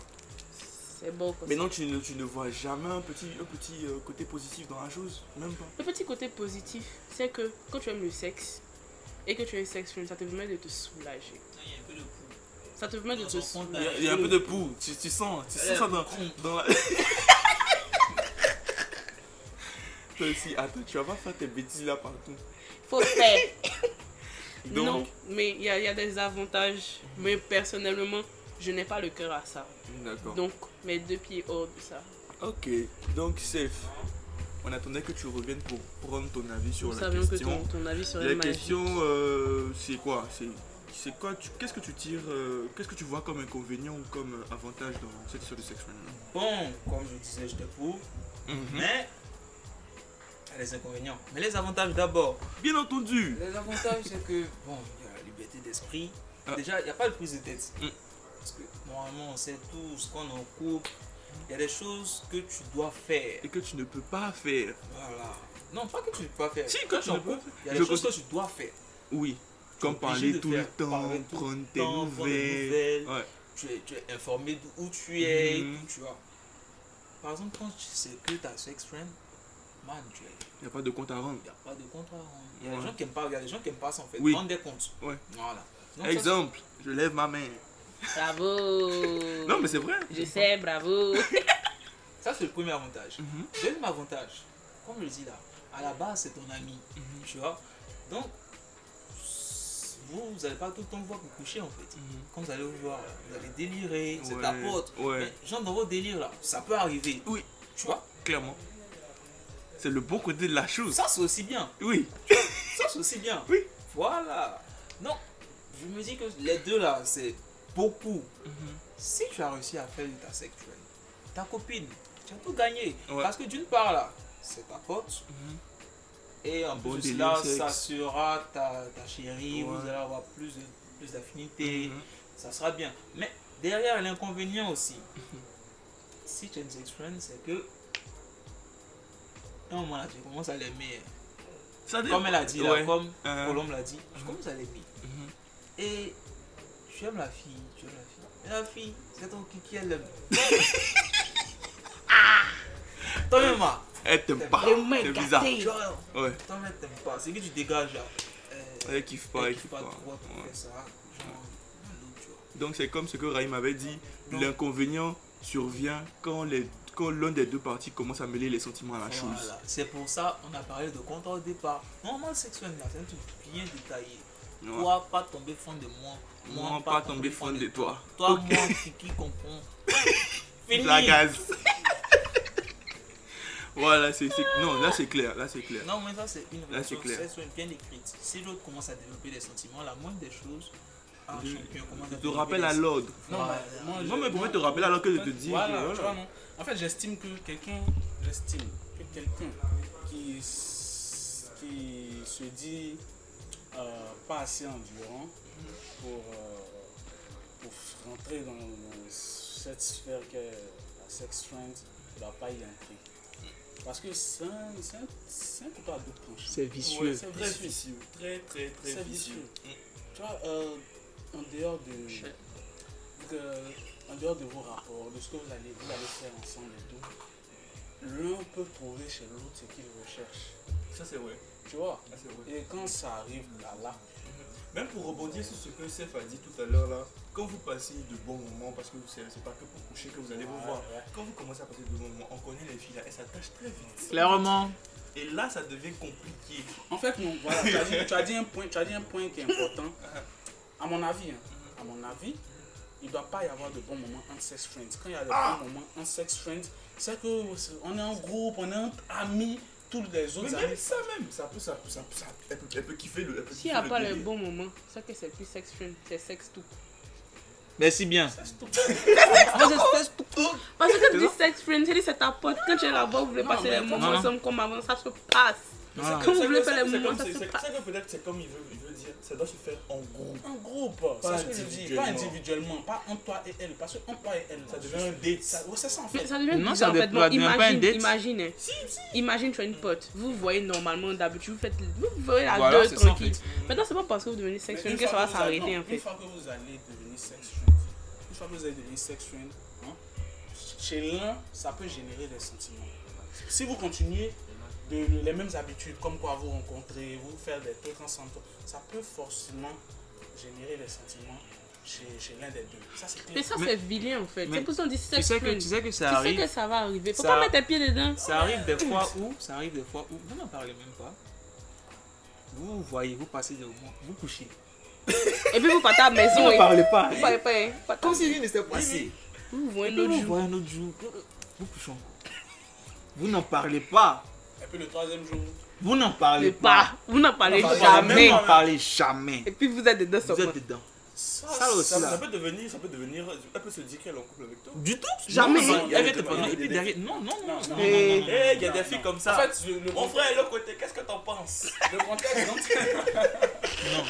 S8: C'est bon comme
S1: Mais
S8: ça.
S1: non, tu ne, tu ne vois jamais un petit, un petit euh, côté positif dans la chose, même pas.
S8: Le petit côté positif, c'est que quand tu aimes le sexe et que tu es sex friend, ça te permet de te soulager.
S4: Il y a un peu de poux.
S8: Ça te permet de te
S4: Dans son compte,
S1: Il y a,
S8: soulager.
S1: il y a un peu de poux, tu, tu sens, tu sens ça dans, dans la... Toi aussi, attends, tu vas pas faire tes bêtises là partout.
S8: Faut faire.
S1: Donc,
S8: Non, mais il y, a- il y a des avantages. Mais personnellement, je n'ai pas le cœur à ça.
S1: d'accord.
S8: Donc, mes deux pieds hors de ça.
S1: Ok, donc safe. On attendait que tu reviennes pour prendre ton avis sur
S8: Nous
S1: la
S8: savions que
S1: question.
S8: ton, ton avis serait
S1: La
S8: magique.
S1: question, euh, c'est quoi C'est c'est quoi tu- Qu'est-ce que tu tires euh, Qu'est-ce que tu vois comme inconvénient ou comme euh, avantage dans cette histoire de sex friendly
S4: Bon, comme je disais, je t'éprouve, mais. Les inconvénients. Mais les avantages d'abord.
S1: Bien entendu
S4: Les avantages, c'est que, bon, il y a la liberté d'esprit. Déjà, il n'y a pas de prise de tête.
S1: Mm.
S4: Parce que normalement, on sait tous qu'on est en couple. Il y a des choses que tu dois faire.
S1: Et que tu ne peux pas faire.
S4: Voilà. Non, pas que tu ne peux pas faire.
S1: Si,
S4: Quand
S1: que tu
S4: es en
S1: ne peux
S4: couple, Il y a
S1: Je
S4: des choses
S1: cons-
S4: que tu dois faire.
S1: Oui. Comme
S4: es
S1: parler
S4: obligé de
S1: tout le
S4: faire,
S1: temps,
S4: parler tout le
S1: prendre tes
S4: temps, prendre des
S1: nouvelles. Ah.
S4: nouvelles.
S1: Ouais.
S4: Tu es, tu es informé d'où tu es, et
S1: Mhm.
S4: tout, tu vois. Par exemple, quand tu sais que ta sex friend, man, tu es
S1: Il n'y a pas de compte à rendre.
S4: Il n'y a pas de contrat. hein. Il y a
S1: Ouais.
S4: des gens qui aiment pas, il y a des gens qui aiment pas s'en fait.
S1: Oui.
S4: Prendre des comptes.
S1: Ouais.
S4: Voilà. Donc, ça,
S1: Exemple, je lève ma main.
S8: Bravo.
S1: Non, mais c'est vrai.
S8: Je sais, bravo.
S4: Ça, c'est le premier avantage.
S1: Mhm.
S4: Deuxième avantage, comme je le dis là, à la base, c'est ton ami.
S1: Mhm.
S4: Tu vois Donc, vous, vous n'allez pas tout le temps voir vous coucher en fait. Quand vous allez vous voir, vous allez délirer, c'est ta
S1: Mhm. Ouais,
S4: pote.
S1: ouais.
S4: Mais, genre, dans vos délires là, ça peut arriver.
S1: Oui.
S4: Tu vois
S1: Clairement. C'est le bon côté de la chose.
S4: Ça, c'est aussi bien.
S1: Oui.
S4: Ça, c'est aussi bien.
S1: Oui.
S4: Voilà. Non, je me dis que les deux là, c'est beaucoup.
S1: Mhm.
S4: Si tu as réussi à faire de ta sexuelle, ta copine, tu as tout gagné.
S1: Ouais. Mhm.
S4: Parce que d'une part là, c'est ta pote. Et en
S1: Bon
S4: plus
S1: délire
S4: là,
S1: sexe.
S4: ça sera ta, ta chérie,
S1: Ouais.
S4: vous allez avoir plus de- plus d'affinité,
S1: Mhm.
S4: ça sera bien. Mais derrière l'inconvénient aussi,
S1: Mhm.
S4: si tu as une sexuelle, c'est que. Non, moi là, tu commences à l'aimer. hein
S1: Ça dépend.
S4: comme elle a dit, là,
S1: Ouais.
S4: comme
S1: Euh. Mhm.
S4: Colombe l'a dit, je commence à l'aimer. Et tu aimes la fille, tu aimes la fille. Mais la fille, c'est ton kiki, elle l'aime.
S1: Ah!
S4: Toi-même, là,
S1: Elle t'aime pas. C'est bizarre.
S4: tu vois,
S1: Ouais.
S4: toi-même, t'aimes pas. C'est que tu dégages, là. Euh,
S1: Elle kiffe pas,
S4: elle
S1: elle
S4: kiffe
S1: kiffe
S4: pas
S1: pas.
S4: trop, tu
S1: Ouais.
S4: fais ça. Genre, non, tu vois.
S1: Donc c'est comme ce que Raïm avait dit,
S4: Non.
S1: l'inconvénient survient quand les quand l'un des deux parties commence à mêler les sentiments à la chose.
S4: Voilà. C'est pour ça on a parlé de contrat au départ. Normal sexuel, là, c'est un truc bien détaillé.
S1: Ouais.
S4: Toi, pas tomber fan de moi.
S1: Moi, pas tomber fan de toi.
S4: Toi,
S1: Ok.
S4: moi, qui, qui comprend. Fini.
S1: La gaz. voilà, c'est c'est- non, là c'est clair, là c'est clair.
S4: Non, mais ça, c'est une
S1: Là, c'est
S4: relation
S1: clair.
S4: sexuelle bien écrite. Si l'autre commence à développer des sentiments, la moindre des choses, un
S1: Je-
S4: champion commence à
S1: Je te
S4: développer
S1: rappelle
S4: des-
S1: à l'ordre.
S6: Non,
S4: Voilà.
S6: mais moi,
S1: Non bah,
S6: je-
S1: mais pourquoi
S6: moi,
S1: te rappeler alors que de
S6: en
S1: te
S6: fait,
S1: dire
S6: voilà,
S1: que, voilà.
S6: tu vois, non. En fait, j'estime que quelqu'un, j'estime que quelqu'un qui, s- qui se dit euh, pas assez endurant pour, euh, pour rentrer dans, dans cette sphère que la sex friend ne doit pas y entrer. Parce que c'est un, c'est un, c'est un couteau à double tranchant.
S4: C'est vicieux.
S6: Ouais, c'est très vicieux.
S1: Très très Mm.
S6: C'est vicieux. Tu vois, euh, en dehors de. de- en dehors de vos rapports, de ce que vous allez, vous allez faire ensemble et tout, l'un peut trouver chez l'autre ce qu'il recherche.
S1: Ça c'est vrai.
S6: Tu vois
S1: Ça, Ah, c'est vrai.
S6: Et quand ça arrive là, là,
S1: Même pour rebondir sur ce que Seth a dit tout à l'heure là, quand vous passez de bons moments, parce que vous savez, c'est pas que pour coucher que vous allez vous voir.
S6: ouais.
S1: Quand vous commencez à passer de bons moments, on connaît les filles là, elles s'attachent très vite.
S4: Clairement.
S1: Et là, ça devient compliqué.
S6: En fait, non, voilà, tu, as dit, tu as dit un point, tu as dit un point qui est important. À mon avis, hein, à mon avis, il ne doit pas y avoir de bons moments en sex friends. Quand il y a des
S1: Ah!
S6: bons moments en sex friends, c'est que c'est- on est en groupe, on est en amis, tous les
S1: Mais
S6: autres
S1: même
S6: amis.
S1: ça même, ça peut, ça peut, ça peut, ça peut- elle, peut elle peut kiffer le. elle peut
S8: S'il n'y
S1: kiffer
S8: a pas le
S1: délire.
S8: bon moment, ça que c'est plus sex friend, c'est sex tout.
S4: Merci bien.
S8: Parce que quand tu dis sex friend, c'est c'est ta pote. Quand tu es là-bas, vous voulez passer les moments
S4: non.
S8: ensemble comme avant, ça se passe.
S1: Ah,
S8: Quand vous voulez faire les moments, ça
S1: C'est
S8: se
S1: c'est-
S8: passe.
S1: c'est que peut-être c'est comme il veut, il veut dire, ça doit se faire en groupe.
S6: En groupe, pas individuellement. pas
S1: individuellement.
S6: individuellement, pas entre toi et elle, parce que entre toi et elle, ça devient
S1: un date.
S6: Ça, ouais, c'est ça en
S8: Mais
S6: fait.
S8: ça devient
S4: Non,
S8: bizarre,
S4: ça
S8: en fait.
S4: dépend-
S8: Non,
S4: devient pas un
S8: imagine,
S4: date.
S8: imagine, hein. imagine, tu as une pote. Vous voyez normalement d'habitude, vous faites, vous voyez la
S4: Voilà,
S8: deux
S4: c'est ça, en
S8: tranquille. Maintenant, c'est pas parce que vous devenez
S6: Mais
S8: sex
S6: une
S8: friend que ça va
S6: fois que vous allez-
S8: s'arrêter
S6: non,
S8: en fait.
S6: Une fois que vous allez devenir sex friend, une fois que vous allez devenir sex friend, hein, chez l'un, ça peut générer des sentiments. Si vous continuez de les mêmes habitudes, comme quoi vous rencontrez, vous faire des trucs ensemble, ça peut forcément générer des sentiments chez, chez l'un des deux. Ça c'est
S8: Mais
S6: clair.
S8: ça, c'est vilain en fait.
S4: mais
S8: C'est pour ça qu'on dit
S4: Tu
S8: sex
S4: sais,
S8: friend.
S4: que, tu sais que ça
S8: Tu sais
S4: arrive.
S8: que ça va arriver. Faut
S4: Ça-
S8: pas mettre tes pieds dedans.
S4: Ça arrive des fois où, ça arrive des fois où, vous n'en parlez même pas. Vous vous voyez, vous passez des moments, vous couchez.
S8: Et puis vous partez à la maison. et-
S4: pas.
S8: Vous parlez pas, hein. Pas-
S4: Comme si rien ne s'était passé.
S8: Vous voyez
S4: Et puis
S8: l'autre
S4: vous
S8: jour.
S4: voyez un autre jour, vous couchez encore. Vous n'en parlez pas.
S6: puis le troisième jour.
S4: Vous n'en parlez
S8: Mais pas,
S4: pas.
S8: vous n'en parlez
S4: Vous n'en
S8: jamais.
S4: Vous n'en parlez jamais.
S8: Et puis vous êtes des deux
S4: Vous
S8: sopins.
S4: êtes dedans.
S6: Ça,
S4: Ça aussi,
S6: ça-
S4: là.
S6: ça peut devenir, ça peut devenir, elle peut se dire qu'elle est en couple avec toi.
S4: Du tout Jamais.
S6: non, il y a
S4: Elle
S6: des-
S4: était pas
S6: il y a
S4: là,
S6: des-
S4: Et puis derrière. Non, non, non.
S6: non,
S4: non, non, non,
S6: non,
S4: non.
S6: non,
S1: Eh, il y a
S6: non,
S1: des
S6: non.
S1: filles comme
S6: En
S1: ça.
S6: fait, le, le
S1: Mon
S6: contexte-
S1: frère est l'autre côté, qu'est-ce que t'en penses
S6: le contexte,
S4: Non.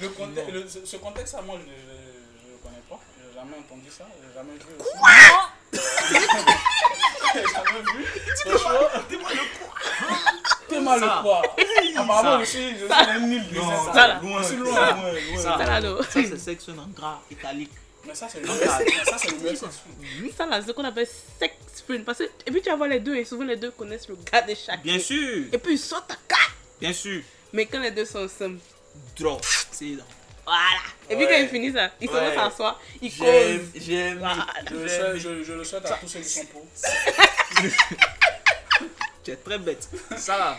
S6: le contexte le- ce ce contexte-là, moi, je ne le connais pas. J'ai jamais entendu ça. J'ai jamais vu. aussi. J'ai jamais vu. Franchement,
S1: Dis-moi le quoi Eh,
S6: Dis-moi le quoi. Apparemment, je suis je suis un nul. de
S1: Non,
S6: ça.
S8: ça, là.
S1: loin,
S6: Je suis loin.
S1: ça.
S6: loin, loin.
S4: Ça,
S8: Ça là, non.
S4: ça c'est sexe en gras italique.
S6: Mais ça, c'est le meilleur. Ça, c'est le meilleur. sexe.
S8: Ça là, c'est ce qu'on appelle sex friend. Parce que, et puis tu vas voir les deux, et souvent les deux connaissent le gars de chacun.
S4: Bien sûr,
S8: Et puis ils sortent à quatre.
S4: bien sûr.
S8: Mais quand les deux sont ensemble,
S4: Drop. C'est là.
S8: voilà. Et puis
S1: Ouais.
S8: quand ils finissent là, ils se
S1: Ouais.
S8: vont s'asseoir, ils
S1: J'aime,
S8: causent.
S1: j'aime.
S4: Ah,
S6: Je le souhaite- Je je le souhaite à tous ceux qui sont pour.
S4: Tu es très bête. Ça là.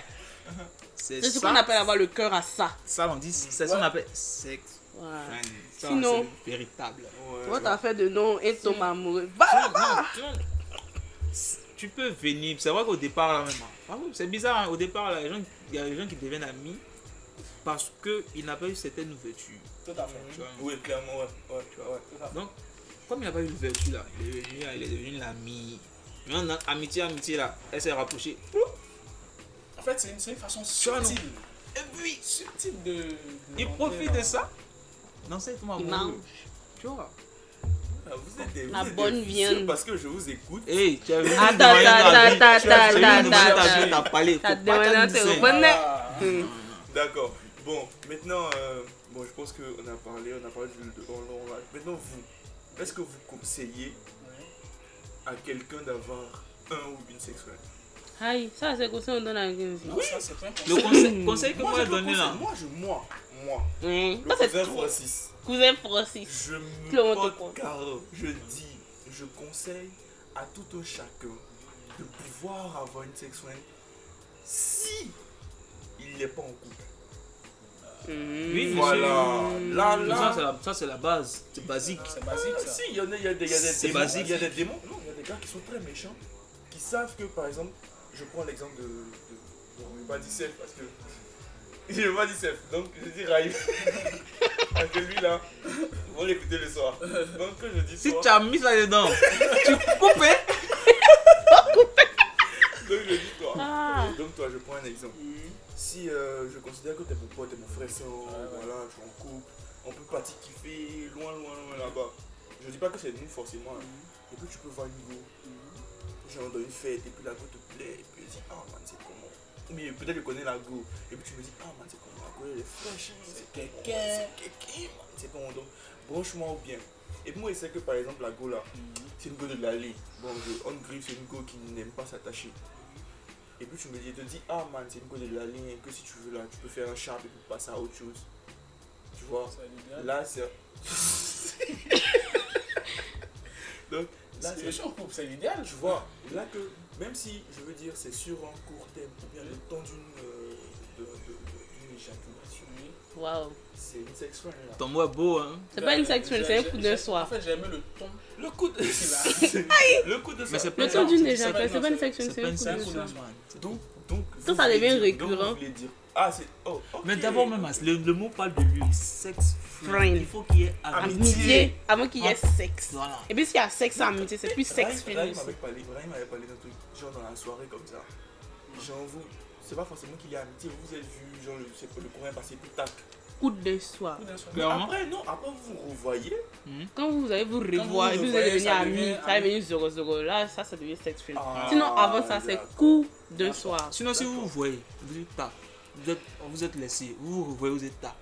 S4: C'est
S8: C'est ce
S4: ça.
S8: qu'on appelle avoir le cœur à ça.
S4: Ça, on dit. C'est ce qu'on appelle sexe.
S8: Voilà.
S4: friend. Ça,
S8: Sinon-
S4: c'est le véritable.
S8: Toi, t'as fait de nom et ton amoureux. Va là-bas.
S4: Tu vois, Tu peux venir. C'est vrai qu'au départ, là, même. hein. Ah oui, C'est bizarre, hein, au départ, là, les gens- il y a des gens qui deviennent amis parce qu'ils n'ont pas eu certaines ouvertures.
S6: Tout à fait.
S4: tu vois.
S1: Oui, clairement, ouais. Ouais, tu vois, ouais.
S4: Donc, comme il n'a pas eu de vertu là, il est devenu, il est devenu l'ami. Maintenant, amitié, amitié là, elle s'est rapprochée.
S6: En fait, c'est une, c'est une façon
S4: Tu vois, non.
S6: subtile.
S4: Et puis,
S6: Subtile de. de
S4: il
S6: rentrer
S4: profite de
S6: dans-
S4: ça. Non, c'est tout
S8: Il
S4: amoureux.
S8: mange.
S4: Tu vois.
S1: Ah, Vous êtes des- vous
S8: La
S1: êtes des
S8: bonne
S1: vicieux
S8: viande.
S1: Parce que je vous écoute.
S4: Hey, tu as vu
S8: Attends,
S4: une moyenne
S8: attends,
S4: dans la vie.
S8: attends,
S4: Tu as vu
S8: attends,
S4: une moyenne dans la vie,
S8: attends, Mm.
S4: t'as parlé. Faut
S8: T'as
S4: pas
S8: demandé,
S4: t'amuser.
S8: t'es au bonnet.
S6: Ah,
S1: D'accord. Bon, maintenant, euh, bon, je pense qu'on a parlé, on a parlé du- de, on- on a- Maintenant, vous, est-ce que vous conseillez à quelqu'un d'avoir un ou une sexuelle
S8: Aïe, ça c'est quoi ça on donne à quelqu'un.
S6: non, ça, c'est pas un conseil.
S4: Le conseil, conseil que
S1: Moi,
S4: moi
S1: je
S4: je
S1: peux
S4: donner là.
S1: conseiller- Moi, je, moi, moi,
S8: Hein,
S1: le
S8: Ça c'est
S1: cousin
S8: trop.
S1: Francis,
S8: cousin Francis.
S1: je me
S8: Clément
S1: porte
S8: Tocon.
S1: carreau. Je dis, je conseille à tout un chacun de pouvoir avoir une sexuelle si il n'est pas en couple.
S4: Oui,
S8: Mm.
S4: monsieur.
S1: Voilà. Là,
S4: Mais Ça,
S1: là.
S4: c'est la, ça, c'est la base, c'est basique.
S6: C'est basique ça.
S1: Si, il y en a, il y a des, il y a des
S4: C'est
S1: démons.
S4: basique.
S1: Il y a des démons. Non, il y a des gars qui sont très méchants, qui savent que, par exemple, je prends l'exemple de. de- bon, je vais pas dire Sef parce que. Je vais pas dire Sef, donc je dis Raïf. parce que lui là, on va l'écouter le soir. Donc quand je dis
S4: Si
S1: soir,
S4: tu as mis ça dedans, tu coupes. hein.
S1: donc je dis toi.
S8: Ah.
S1: Donc toi, je prends un exemple.
S6: Mm,
S1: Si euh, je considère que t'es mon pote, t'es mon frère, sœur, voilà, je suis en couple, on peut partir kiffer loin, loin, loin là-bas. Je dis pas que c'est nous forcément. hein.
S6: mm.
S1: Et puis tu peux voir une go. Genre dans une fête, et puis la go te plaît, et puis tu dis, ah man, c'est comment Ou bien peut-être que je connais la go, et puis tu me dis, ah man, c'est comment La go, elle est fraîche, hein, c'est quelqu'un, c'est quelqu'un, man, c'est comment Donc, branche-moi bien. Et puis moi, je sais que par exemple, la go là, c'est une go de l'allée. Bon, je- on griffe, c'est une go qui n'aime pas s'attacher. Et puis tu me dis, te dis, ah man, c'est une go de la ligne, que si tu veux là, tu peux faire un sharp et puis passer à autre chose. Tu vois
S6: C'est l'idéal.
S1: Là, c'est. Donc, là,
S6: C'est- Je
S1: c'est.
S6: suis en couple, c'est l'idéal.
S1: Tu vois, là que, même si je veux dire, c'est sur un court terme, ou bien le temps d'une. euh, de- de- de- d'une éjaculation,
S8: Waouh.
S1: c'est une sexuelle là.
S4: Ton mot est beau, hein.
S8: C'est pas une sexuelle, c'est un coup d'un
S6: En
S8: soir.
S6: fait, j'ai aimé le ton.
S1: Le coup de. le coup de ça.
S4: Mais c'est
S8: Le
S4: pas
S8: temps
S4: ça.
S8: d'une
S6: c'est
S8: déjà,
S6: pas une
S8: c'est pas une
S6: sexuelle,
S8: sexuelle,
S4: C'est
S8: c'est
S4: pas
S8: un
S4: une simple
S8: coup d'un soir.
S1: Donc, donc.
S8: Ça,
S1: vous
S8: ça devient
S1: voulez dire- donc,
S8: récurrent.
S1: vous voulez dire. Ah, c'est. Oh, ok.
S4: Mais d'abord, même, le, le mot parle de lui. Sex friend.
S8: Friend.
S4: Il faut qu'il y ait amitié.
S8: Amitié avant qu'il y ait sexe.
S4: Voilà.
S8: Et puis s'il y a sexe, c'est amitié, c'est plus sexe
S1: Rahim-
S8: friend
S1: Rahim
S8: aussi.
S1: m'avait parlé, Rahim m'avait parlé d'un truc, genre dans la soirée comme ça. Genre vous, c'est pas forcément qu'il y a amitié, vous vous êtes vu, genre le, c'est- le courant est passé, plus tac.
S8: Coup de soir.
S4: Clairement.
S1: Après non, après vous vous revoyez,
S8: Quand vous allez vous revoir,
S6: vous
S8: et puis vous
S6: revoyez,
S8: allez devenir
S6: ça devient
S8: amis, ça va
S6: ami.
S8: devenir zoro zoro. Là, ça, ça devient sexe friend.
S1: Ah,
S8: Sinon, avant ça, c'est
S1: d'accord.
S8: coup de soir.
S4: Sinon, si vous vous voyez, vous dites tac. Vous êtes, vous êtes laissé. Vous vous voyez, vous êtes tac.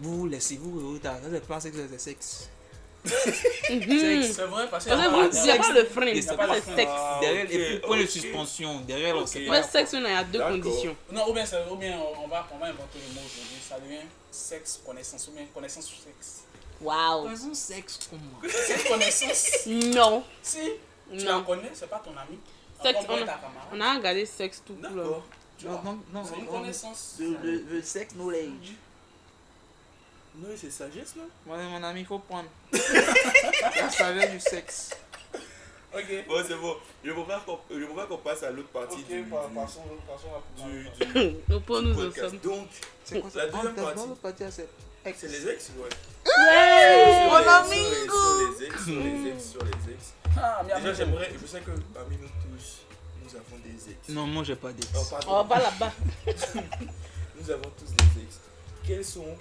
S4: Vous vous laissez, vous vous tac. Ça, c'est pas sexe, c'est sexe.
S8: Mhm.
S6: C'est vrai, parce que.
S8: Parce que vous dites, il n'y a pas le friend, il
S4: c'est
S8: n'y a pas
S4: pas
S8: le sexe.
S1: Ah,
S4: Derrière,
S1: ok,
S4: et puis, point de
S1: ok.
S4: suspension. Derrière, on sait
S8: Le
S4: pas.
S8: sexe friend, il y a deux
S1: D'accord.
S8: conditions.
S6: Non, ou bien, ça- ou bien on, on va, on va inventer le mot aujourd'hui. Ça devient sexe, connaissance, ou bien connaissance sur sexe.
S8: Waouh.
S4: Faisons sexe comment
S6: Cette connaissance,
S8: Non.
S6: si tu la
S8: Non.
S6: connais, c'est pas ton ami.
S8: Sexe,
S6: on
S8: on
S6: ta camarade.
S8: On a regardé sexe tout court. là.
S1: D'accord.
S6: Tu vois,
S4: Non, non, non.
S6: c'est une
S4: non.
S6: connaissance.
S4: Le, le, le sexe knowledge.
S1: Non, c'est sagesse non
S4: Moi, mon ami, il faut prendre. La saveur du sexe. Ok.
S1: Bon, c'est bon. Je préfère qu'on je préfère qu'on passe à l'autre partie
S4: Ok,
S1: du,
S4: pa-
S1: du-
S4: passons passons à
S1: du- du
S8: Au point où nous en
S1: podcast.
S8: sommes.
S1: Donc,
S4: C'est quoi
S1: la deuxième
S4: Ah,
S1: partie,
S4: l'autre partie, c'est
S1: c'est les ex, ouais.
S8: Ouais
S1: Sur les- sur les ex, sur les ex, sur les ex.
S6: Ah, mais
S1: Déjà, j'aimerais, je sais que parmi nous tous, nous avons des ex.
S4: Non, moi j'ai pas d'ex.
S1: Oh, pardon.
S8: On va là-bas.
S1: Nous avons tous des ex. Quelles sont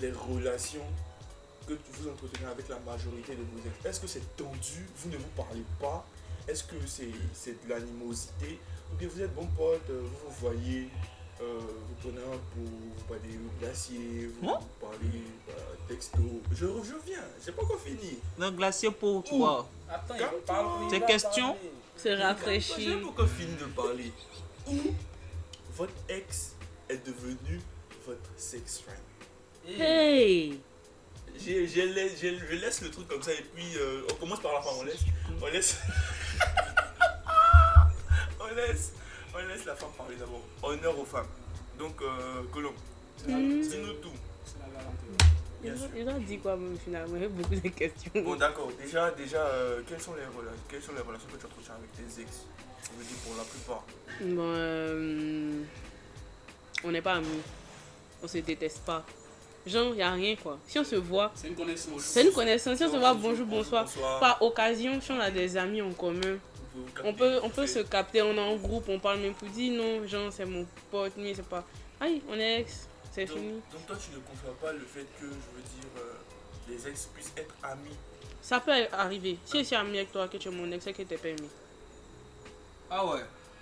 S1: les relations que vous entretenez avec la majorité de vos ex Est-ce que c'est tendu Vous ne vous parlez pas Est-ce que c'est c'est de l'animosité Ou bien vous êtes bons potes, euh, vous vous voyez, euh, vous prenez un pot, vous parlez au glacier, vous parlez euh, texto. Je, je viens, j'ai pas encore fini.
S4: Non, glacier pour toi.
S6: Attends, il
S1: Calme-toi.
S6: parle.
S4: Tes questions
S8: Se
S1: J'ai
S8: rafraîchir.
S1: pas encore fini de parler. Ou votre ex est devenu votre sex friend.
S6: Eh.
S8: Hey
S1: J'ai- j'ai la- j'ai- je laisse le truc comme ça et puis euh, on commence par la fin, on laisse. On laisse. on laisse. On laisse la femme parler d'abord. Honneur aux femmes. Donc euh, Colomb,
S8: Mm.
S1: dis-nous tout.
S8: Il
S1: Bien sûr.
S8: a dit quoi même finalement Il y a beaucoup de
S1: Bon
S8: questions.
S1: d'accord, déjà, déjà euh, quelles, sont les relations, quelles sont les relations que tu entretiens avec tes ex Je dis pour la plupart.
S8: Bon, euh, on n'est pas amis. On se déteste pas. Genre, il a rien quoi. Si on se voit,
S6: C'est une connaissance.
S8: c'est une connaissance. Si on se voit,
S1: Bonjour,
S8: bonjour, bonsoir. Par occasion, si on a des amis en commun,
S1: vous vous captez,
S8: on peut, on
S1: vous
S8: peut se
S1: faites.
S8: capter. On est en groupe, on parle même pour dire non, genre, c'est mon pote, mais c'est pas. Aïe, on est ex, c'est
S1: Donc,
S8: fini.
S1: donc toi tu ne conçois pas le fait que je veux dire euh, les ex puissent être amis.
S8: Ça peut arriver. Si je suis ami avec toi, que tu es mon ex, c'est que t'es pas aimé.
S4: Ah ouais.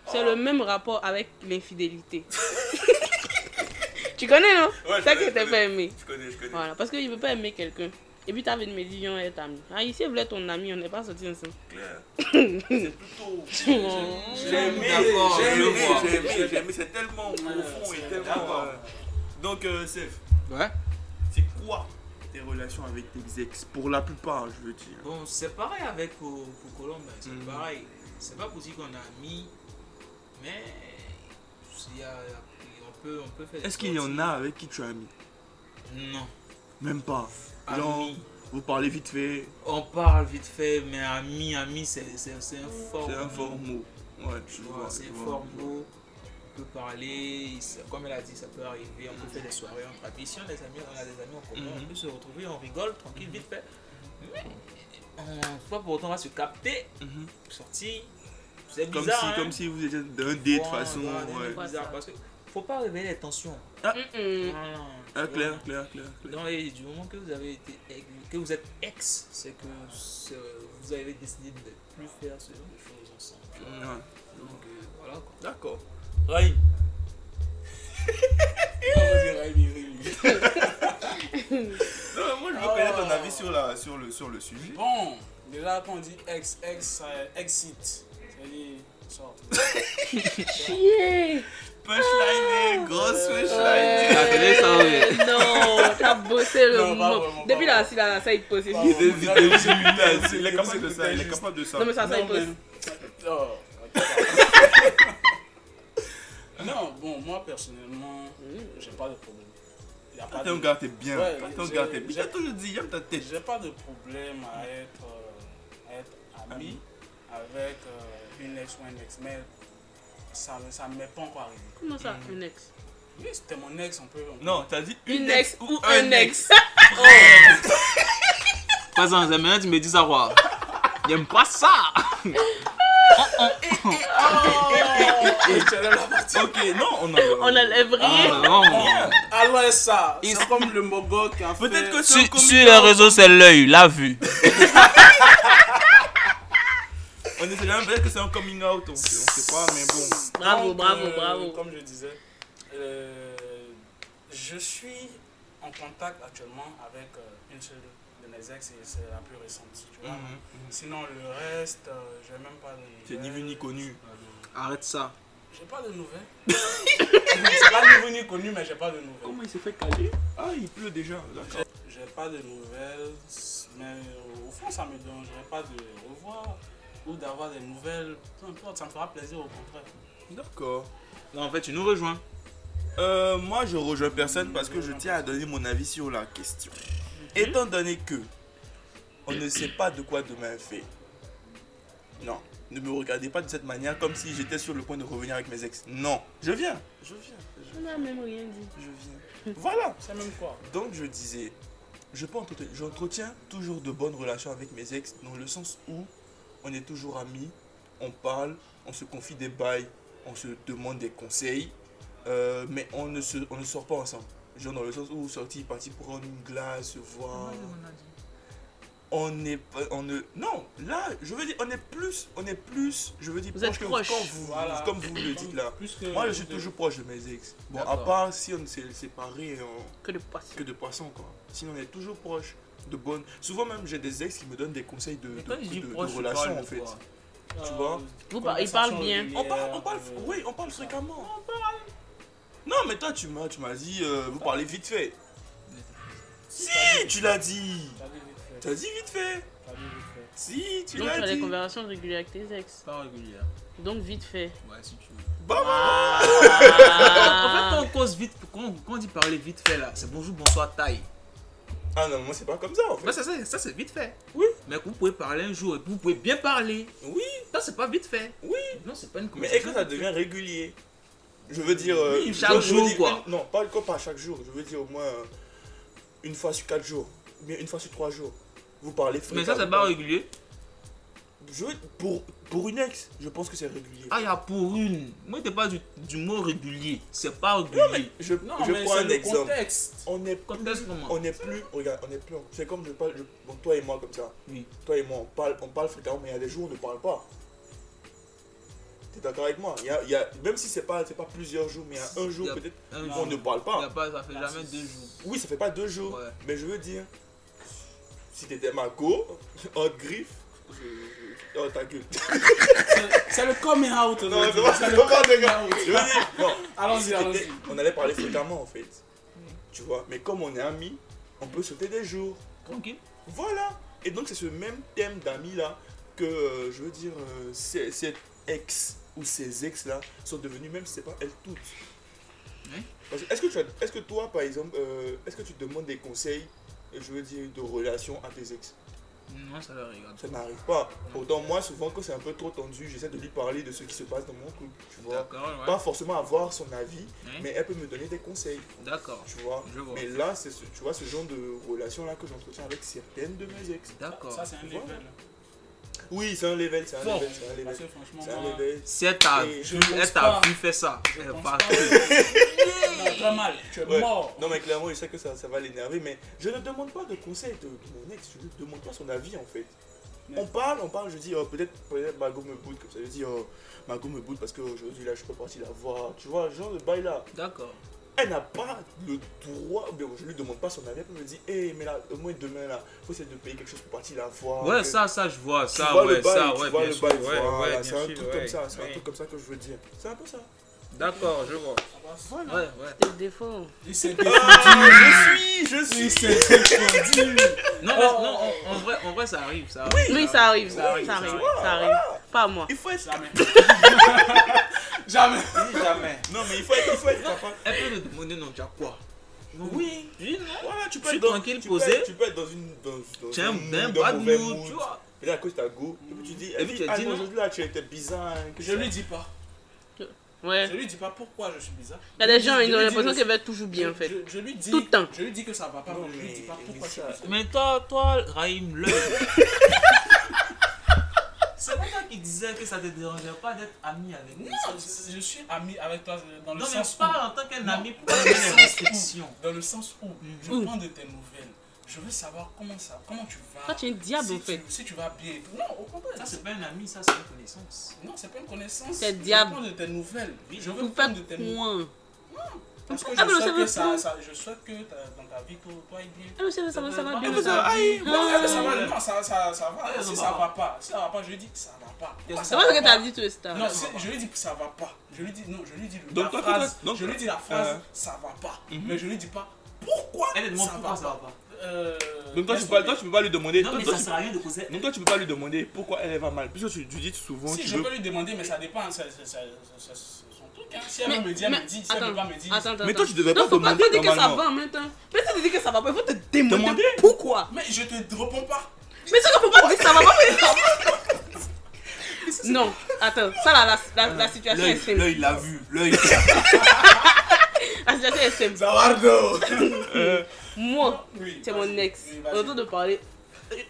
S8: C'est le même rapport avec l'infidélité. tu connais, non
S1: Ouais, je connais,
S8: Ça que
S1: je
S8: t'es
S1: connais.
S8: pas aimé.
S1: Je connais, je connais.
S8: Voilà, parce qu'il veut pas aimer quelqu'un. Et puis t'as envie de me dire, on est ami. Ah, ici, elle voulait ton ami, on n'est pas sortis ensemble.
S1: Claire. J'ai
S8: J'ai
S1: aimé,
S4: D'accord,
S1: j'ai
S4: je le
S1: aimé,
S4: vois. Euh,
S1: j'ai aimé, j'ai aimé, c'est tellement profond et tellement. euh, Donc, euh, Sef,
S4: Ouais.
S1: c'est quoi tes relations avec tes ex Pour la plupart, je veux dire.
S4: Bon, c'est pareil avec pour, pour Colombe, hein, c'est
S1: Mhm.
S4: pareil. C'est pas pour dire qu'on est amis, mais s'il y a- on, peut, on peut faire. des
S11: Est-ce qu'il y en
S4: sorties.
S11: a avec qui tu es ami
S4: Non.
S11: Même pas. Genre,
S4: Amis.
S11: vous parlez vite fait,
S4: On parle vite fait, mais amis, amis, c'est c'est- c'est un fort.
S11: c'est un
S4: mot.
S11: fort mot. Ouais,
S4: Tu
S11: je
S4: vois,
S11: vois.
S4: c'est
S11: je
S4: un
S11: vois.
S4: fort mot. On peut parler, c'est- comme elle a dit, ça peut arriver. On peut faire des soirées entre amis. Si on a des amis, on a des amis en commun,
S11: Mhm.
S4: on peut se retrouver, on rigole, tranquille, vite fait. Mais on, c'est pas pour autant on va se capter,
S11: Mhm.
S4: sortir. C'est
S11: Comme,
S4: bizarre.
S11: si,
S4: hein.
S11: comme si vous étiez d'un dé de
S4: Ouais,
S11: façon.
S4: ouais,
S11: Ouais.
S4: c'est bizarre, parce que faut pas révéler les tensions.
S8: Mm.
S4: Ah,
S11: Ah,
S4: tu
S11: clair, clair, clair.
S4: vois. Dans les- du moment que vous avez été ex- que vous êtes ex, c'est que ce- vous avez décidé de ne plus faire ce genre de choses ensemble. tu vois.
S11: Ouais.
S4: Donc euh, voilà quoi.
S1: D'accord. Raïm. Non, vas-y, Raïm, Raïm. Non, mais moi, je veux connaître
S4: Ah.
S1: ton avis sur, la, sur, le, sur le sujet.
S6: Bon, déjà quand on dit ex, ex, ça exit. C'est-à-dire, sort.
S8: Chier
S4: eh,
S1: Punchline, grosse punchline.
S4: T'as appelé ça, ouais.
S8: Euh, Non, t'as bossé le
S6: Non, pas
S8: mot.
S6: vraiment, pas
S8: Depuis là, si là, ça il pose.
S6: Pas
S8: Non,
S6: vraiment.
S1: Il est capable de ça, il est capable de ça.
S8: mais ça, ça il
S6: Non,
S8: pose.
S6: mais- Oh, non, bon, moi personnellement, j'ai pas de problème. Il y a pas
S1: T'es un
S6: de-
S1: gars, t'es bien.
S6: Ouais,
S1: T'es un
S6: j'ai-
S1: gars, t'es bien.
S6: j'ai-
S1: J'ai toujours dit, j'aime ta tête.
S6: J'ai pas de problème à être, euh, à être ami avec euh, une ex ou un ex, mais ça ça m'est pas encore arrivé.
S8: Comment ça, un ex
S6: Oui, c'était mon ex, on peut. on peut-
S1: Non, t'as dit
S8: Une ex ou un ex
S4: Pas dans un maintenant, tu me dis ça, quoi. J'aime pas ça.
S1: Ok, non, on a.
S8: On enlève rien.
S6: Alors ça, c'est comme le Mogo qui a
S1: Peut-être
S6: fait-
S1: que c'est un comique.
S4: réseaux, c'est l'œil, la vue.
S1: On est même peut-être que c'est un coming out, on sait, on sait pas, mais bon.
S8: Bravo,
S6: Donc,
S8: bravo,
S6: euh,
S8: bravo.
S6: Comme je disais, euh, je suis en contact actuellement avec euh, une seule de mes ex et c'est la plus récente. Tu vois. Sinon, le reste, euh, j'ai même pas de nouvelles.
S1: Mm. C'est ni vu ni connu.
S4: Arrête ça.
S6: J'ai pas de nouvelles. c'est pas ni vu ni connu, mais j'ai pas de nouvelles.
S1: il s'est fait caler Ah, il pleut déjà, d'accord.
S6: J'ai pas de nouvelles, mais au fond, ça me dérangerait pas de revoir ou d'avoir des nouvelles. Peu importe, ça me fera plaisir au contraire.
S1: D'accord.
S4: Non, en fait, tu nous rejoins.
S1: Euh, moi, je rejoins personne parce que je tiens à donner mon avis sur la question. Étant donné que on ne sait pas de quoi demain est fait, Non, ne me regardez pas de cette manière comme si j'étais sur le point de revenir avec mes ex. Non, je viens. Je viens.
S8: On n'a même rien dit.
S1: Je viens. Voilà.
S4: C'est même quoi
S1: Donc je disais, je peux entretenir- j'entretiens toujours de bonnes relations avec mes ex dans le sens où on est toujours amis, on parle, on se confie des bails, on se demande des conseils, euh, mais on ne, se, on ne sort pas ensemble. Genre dans le sens où sortir, partir prendre une glace, se voir. On n'est pas, on ne, non, là, je veux dire, on est plus, on est plus, je veux dire,
S8: Vous
S1: proche
S8: êtes
S1: que-
S8: proche.
S1: comme vous,
S4: Voilà.
S1: comme vous le dites là.
S4: Plus que
S1: Moi, je suis toujours proche de mes ex. Bon, à
S4: D'accord.
S1: part si on s'est séparés en,
S8: Que de poisson.
S1: que de poissons quoi. Sinon on est toujours proche de bonnes. Souvent même j'ai des ex qui me donnent des conseils de, de,
S12: Mais quand je dis
S1: de- de
S12: proche, je
S1: relations
S12: parle
S1: en
S12: de
S1: fait.
S12: quoi
S6: Euh,
S1: Tu vois
S8: Vous par- il parle bien.
S1: On parle, on parle, oui, on
S12: euh,
S1: parle fréquemment. Non mais toi tu m'as, tu m'as dit, euh, vous parlez vite fait. Si, tu l'as dit. Tu as dit vite fait. Si, tu
S8: Donc tu as
S1: l'as
S8: des
S1: dit.
S8: conversations régulières avec tes ex.
S4: Pas régulière.
S8: Donc vite fait.
S4: Ouais, si tu veux.
S8: Ah.
S4: En fait, quand on cause vite, quand on, quand on dit parler vite fait là, c'est bonjour, bonsoir, taille.
S1: Ah non, moi c'est pas comme ça en
S4: Bah,
S1: fait.
S4: ça, ça, ça, c'est vite fait.
S1: Oui.
S4: Mais que vous pouvez parler un jour et que vous pouvez bien parler.
S1: Oui.
S4: Ça, c'est pas vite fait.
S1: Oui.
S4: Non, c'est pas une
S1: Mais et quand ça devient régulier. Je veux dire. euh,
S4: Oui,
S1: je-
S4: chaque
S1: je veux
S4: jour,
S1: dire
S4: quoi.
S1: une- non, pas, pas pas chaque jour. Je veux dire au moins euh, une fois sur quatre jours. ou Bien une fois sur trois jours. Vous parlez
S4: Mais ça, c'est
S1: fréquemment.
S4: pas régulier.
S1: Je veux- pour, pour une ex, je pense que c'est régulier.
S4: Ah, il y a pour une. Moi, t'es pas du, du mot régulier. C'est pas régulier.
S1: je je prends un exemple. On n'est plus.
S4: Contexte comment
S1: On n'est plus. Regarde, on n'est plus. en- C'est comme je parle. je- bon, toi et moi, comme ça.
S4: Oui.
S1: Toi et moi, on parle, on parle fréquemment, mais il y a des jours où on ne parle pas. T'es d'accord avec moi Il y a- il y a- Même si c'est pas, c'est pas plusieurs jours, mais il y a un jour
S4: Il y a-
S1: peut-être
S4: Un
S1: où
S4: jour.
S1: on ne parle
S4: Y
S1: pas.
S4: a pas, ça fait jamais deux jours.
S1: Oui, ça fait pas deux jours.
S4: Ouais.
S1: Mais je veux dire, si t'étais ma go, hors griffe, je- je- oh ta gueule.
S4: C'est le coming out.
S1: Non, non, non, pas de gars. Je veux dire, non,
S4: Allons-y,
S1: si
S4: allons-y.
S1: t'étais- On allait parler fréquemment en fait. Tu vois, mais comme on est amis, on peut sauter des jours.
S4: Tranquille.
S1: Voilà. Et donc c'est ce même thème d'amis là que euh, je veux dire, euh, ces- cette ex ou ces ex là sont devenues même si c'est pas elles toutes.
S4: Oui.
S1: Parce que Est-ce que tu as- est-ce que toi par exemple, euh, est-ce que tu demandes des conseils, je veux dire, de relation à tes ex
S4: Non, ça le regarde.
S1: Ça n'arrive pas.
S4: Mm.
S1: Pourtant moi souvent quand c'est un peu trop tendu, j'essaie de lui parler de ce qui se passe dans mon couple. Tu vois.
S4: D'accord, ouais.
S1: Pas forcément avoir son avis,
S4: Oui.
S1: mais elle peut me donner des conseils,
S4: D'accord.
S1: tu vois.
S4: Je vois.
S1: Mais là, c'est ce, tu vois ce genre de relation là que j'entretiens avec certaines de mes ex.
S4: D'accord.
S6: Ça, c'est un level.
S1: Oui, c'est un level, c'est un
S4: Fort. Ah.
S1: level, c'est un level.
S6: Parce que franchement,
S1: C'est un
S6: moi,
S1: level.
S4: C'est ta
S1: Et
S4: vue,
S6: je pense
S4: elle t'a
S6: pas.
S4: vu faire ça. Elle
S6: pense
S4: part.
S6: non, très mal. Tu es
S1: Ouais.
S6: mort.
S1: Non mais clairement je sais que ça, ça va l'énerver mais je ne demande pas de conseils de mon ex, je ne demande pas son avis en fait. On parle, on parle, je dis oh, peut-être peut-être Margot me boude comme ça, je dis oh, Margot me boude parce qu'aujourd'hui là je suis pas parti la voir, tu vois, genre de bail là.
S4: D'accord.
S1: Elle n'a pas le droit, mais je lui demande pas son avis, elle me dit hé mais là au moins demain là, faut essayer de payer quelque chose pour partir la voir.
S4: Ouais,
S1: que-
S4: ça, ça, je vois.
S1: tu
S4: Ça,
S1: vois
S4: ouais,
S1: le bail,
S4: ça,
S1: tu
S4: ouais,
S1: vois
S4: bien
S1: le
S4: sûr.
S1: bail,
S4: ouais,
S1: voilà,
S4: ouais, bien
S1: c'est un
S4: sûr,
S1: truc
S4: ouais.
S1: comme ça, c'est
S4: Ouais.
S1: un truc comme ça que je veux dire. C'est un peu ça.
S4: D'accord, je vois.
S1: Voilà.
S4: Ouais, ouais.
S8: Tes défauts.
S6: Il s'est
S1: Ah, je suis, je suis. Oh.
S4: Non, mais, non, en, en vrai, en vrai, ça arrive, ça arrive.
S8: Oui, ça arrive.
S4: Ça
S8: Ça
S4: arrive,
S8: arrive.
S4: ça
S8: Ça
S4: arrive.
S8: arrive. Pas moi.
S1: Il faut être
S4: Jamais.
S13: Jamais.
S1: Non, mais il faut être, il faut être capable.
S4: Elle peut te demander, non, tu as quoi
S1: Oui.
S4: Oui, non.
S1: Voilà, tu peux
S4: Je suis
S1: être dans,
S4: tranquille,
S1: tu
S4: posé.
S1: Peux être, tu peux être dans une. Dans, dans
S4: Tu as un,
S1: mood,
S4: un
S1: dans
S4: bad
S1: mauvais
S4: mood, tu vois.
S1: Et là, à cause de ta go, et puis tu dis, eh,
S4: puis tu as
S1: ah
S4: dit
S1: non,
S4: non.
S1: aujourd'hui là, tu étais bizarre. hein, que
S6: Je
S1: ça.
S6: lui dis pas.
S8: Ouais.
S6: Je lui dis pas pourquoi je suis bizarre.
S8: Il y a des gens,
S6: Je
S8: ils ont
S6: lui dis
S8: l'impression
S6: que-
S8: qu'elle va être toujours bien en fait.
S6: Je, je lui dis.
S8: Tout le temps.
S6: Je lui dis que ça va pas,
S1: Non,
S6: mais je lui dis pas
S1: mais-
S6: pourquoi je suis
S1: mais ça-
S6: bizarre.
S4: Mais toi, toi, Raïm, le. c'est pas toi qui disais que ça te dérangeait pas d'être ami avec nous.
S6: Non, je, je suis ami avec toi euh, dans le
S4: Non, mais
S6: sens où.
S4: parle en tant qu'un
S6: Non.
S4: ami pour donner des restrictions.
S6: Dans le sens où je
S8: Ouh.
S6: prends de tes nouvelles. Je veux savoir comment ça, comment tu vas.
S8: Toi, tu es un diable
S6: si
S8: en fait.
S6: Tu, si tu vas bien. et tout. Non, au contraire.
S4: Ça,
S6: c'est-
S4: c'est pas un ami, ça, c'est une connaissance.
S6: Non, c'est pas une connaissance.
S8: T'es
S6: Je
S8: diable.
S6: prends de tes nouvelles. Je veux
S8: Vous
S6: prendre de
S8: faites
S6: tes nouvelles.
S8: point.
S6: Parce que je
S8: Ah, mais on
S6: souhaite
S8: savait
S6: que ça,
S8: pas.
S6: ça- je souhaite que ta- dans ta vie, que toi et bien.
S8: Ah, mais ça va, ça va, ça va bien.
S4: Mais
S8: ça va.
S4: aïe,
S8: Ah.
S6: Non, ça va, non, ça, ça, ça
S4: Ah,
S6: va. Si
S4: ça
S6: ça
S4: va.
S6: va pas, si ça va pas, je lui dis ça va pas. Pourquoi
S8: C'est pas ce que t'as dit, toi, Star.
S6: Non, si- je lui dis ça va pas. Je lui dis non, je lui dis le-
S1: Donc
S6: la
S1: toi, toi,
S6: phrase.
S1: toi, donc-
S6: je lui dis la phrase, ça va pas. Mais je lui dis pas pourquoi
S4: Elle te demande
S6: ça
S4: pourquoi
S6: va
S4: ça va
S6: pas.
S4: pas.
S6: Euh,
S1: Donc toi, tu
S6: laisse
S1: peux, pas-
S6: tomber.
S1: toi, tu peux pas lui demander.
S4: Non,
S1: toi,
S4: mais
S1: toi,
S4: ça
S1: tu-
S4: sert à rien de causer.
S1: donc toi, tu peux pas lui demander pourquoi elle elle va mal. Puisque tu, tu dis souvent,
S6: Si
S1: tu
S6: je
S1: veux.
S6: peux lui demander, mais ça dépend. ça- ça- ça- ça- ça- C'est son truc. hein. Si elle
S8: Mais-
S6: veut me dire, elle
S8: mais-
S6: me dit. Si elle veut pas
S8: Attends,
S6: me dire.
S8: attends, attends.
S1: Mais toi, tu devais
S8: Non,
S1: pas
S8: faut pas
S1: demander.
S8: te dire que ça
S1: normalement.
S8: va en même temps. Mais si tu dis que ça va pas, il faut te demander
S1: Demander.
S8: pourquoi.
S6: Mais je te réponds pas.
S8: Mais c'est qu'on peut pas dire que ça va pas, mais ça va. Non, attends, ça là, la, la, la situation est simple.
S1: L'œil l'a vu, l'œil.
S8: La situation est simple.
S1: Zawardo
S8: Moi, tu es mon ex. On est en train de parler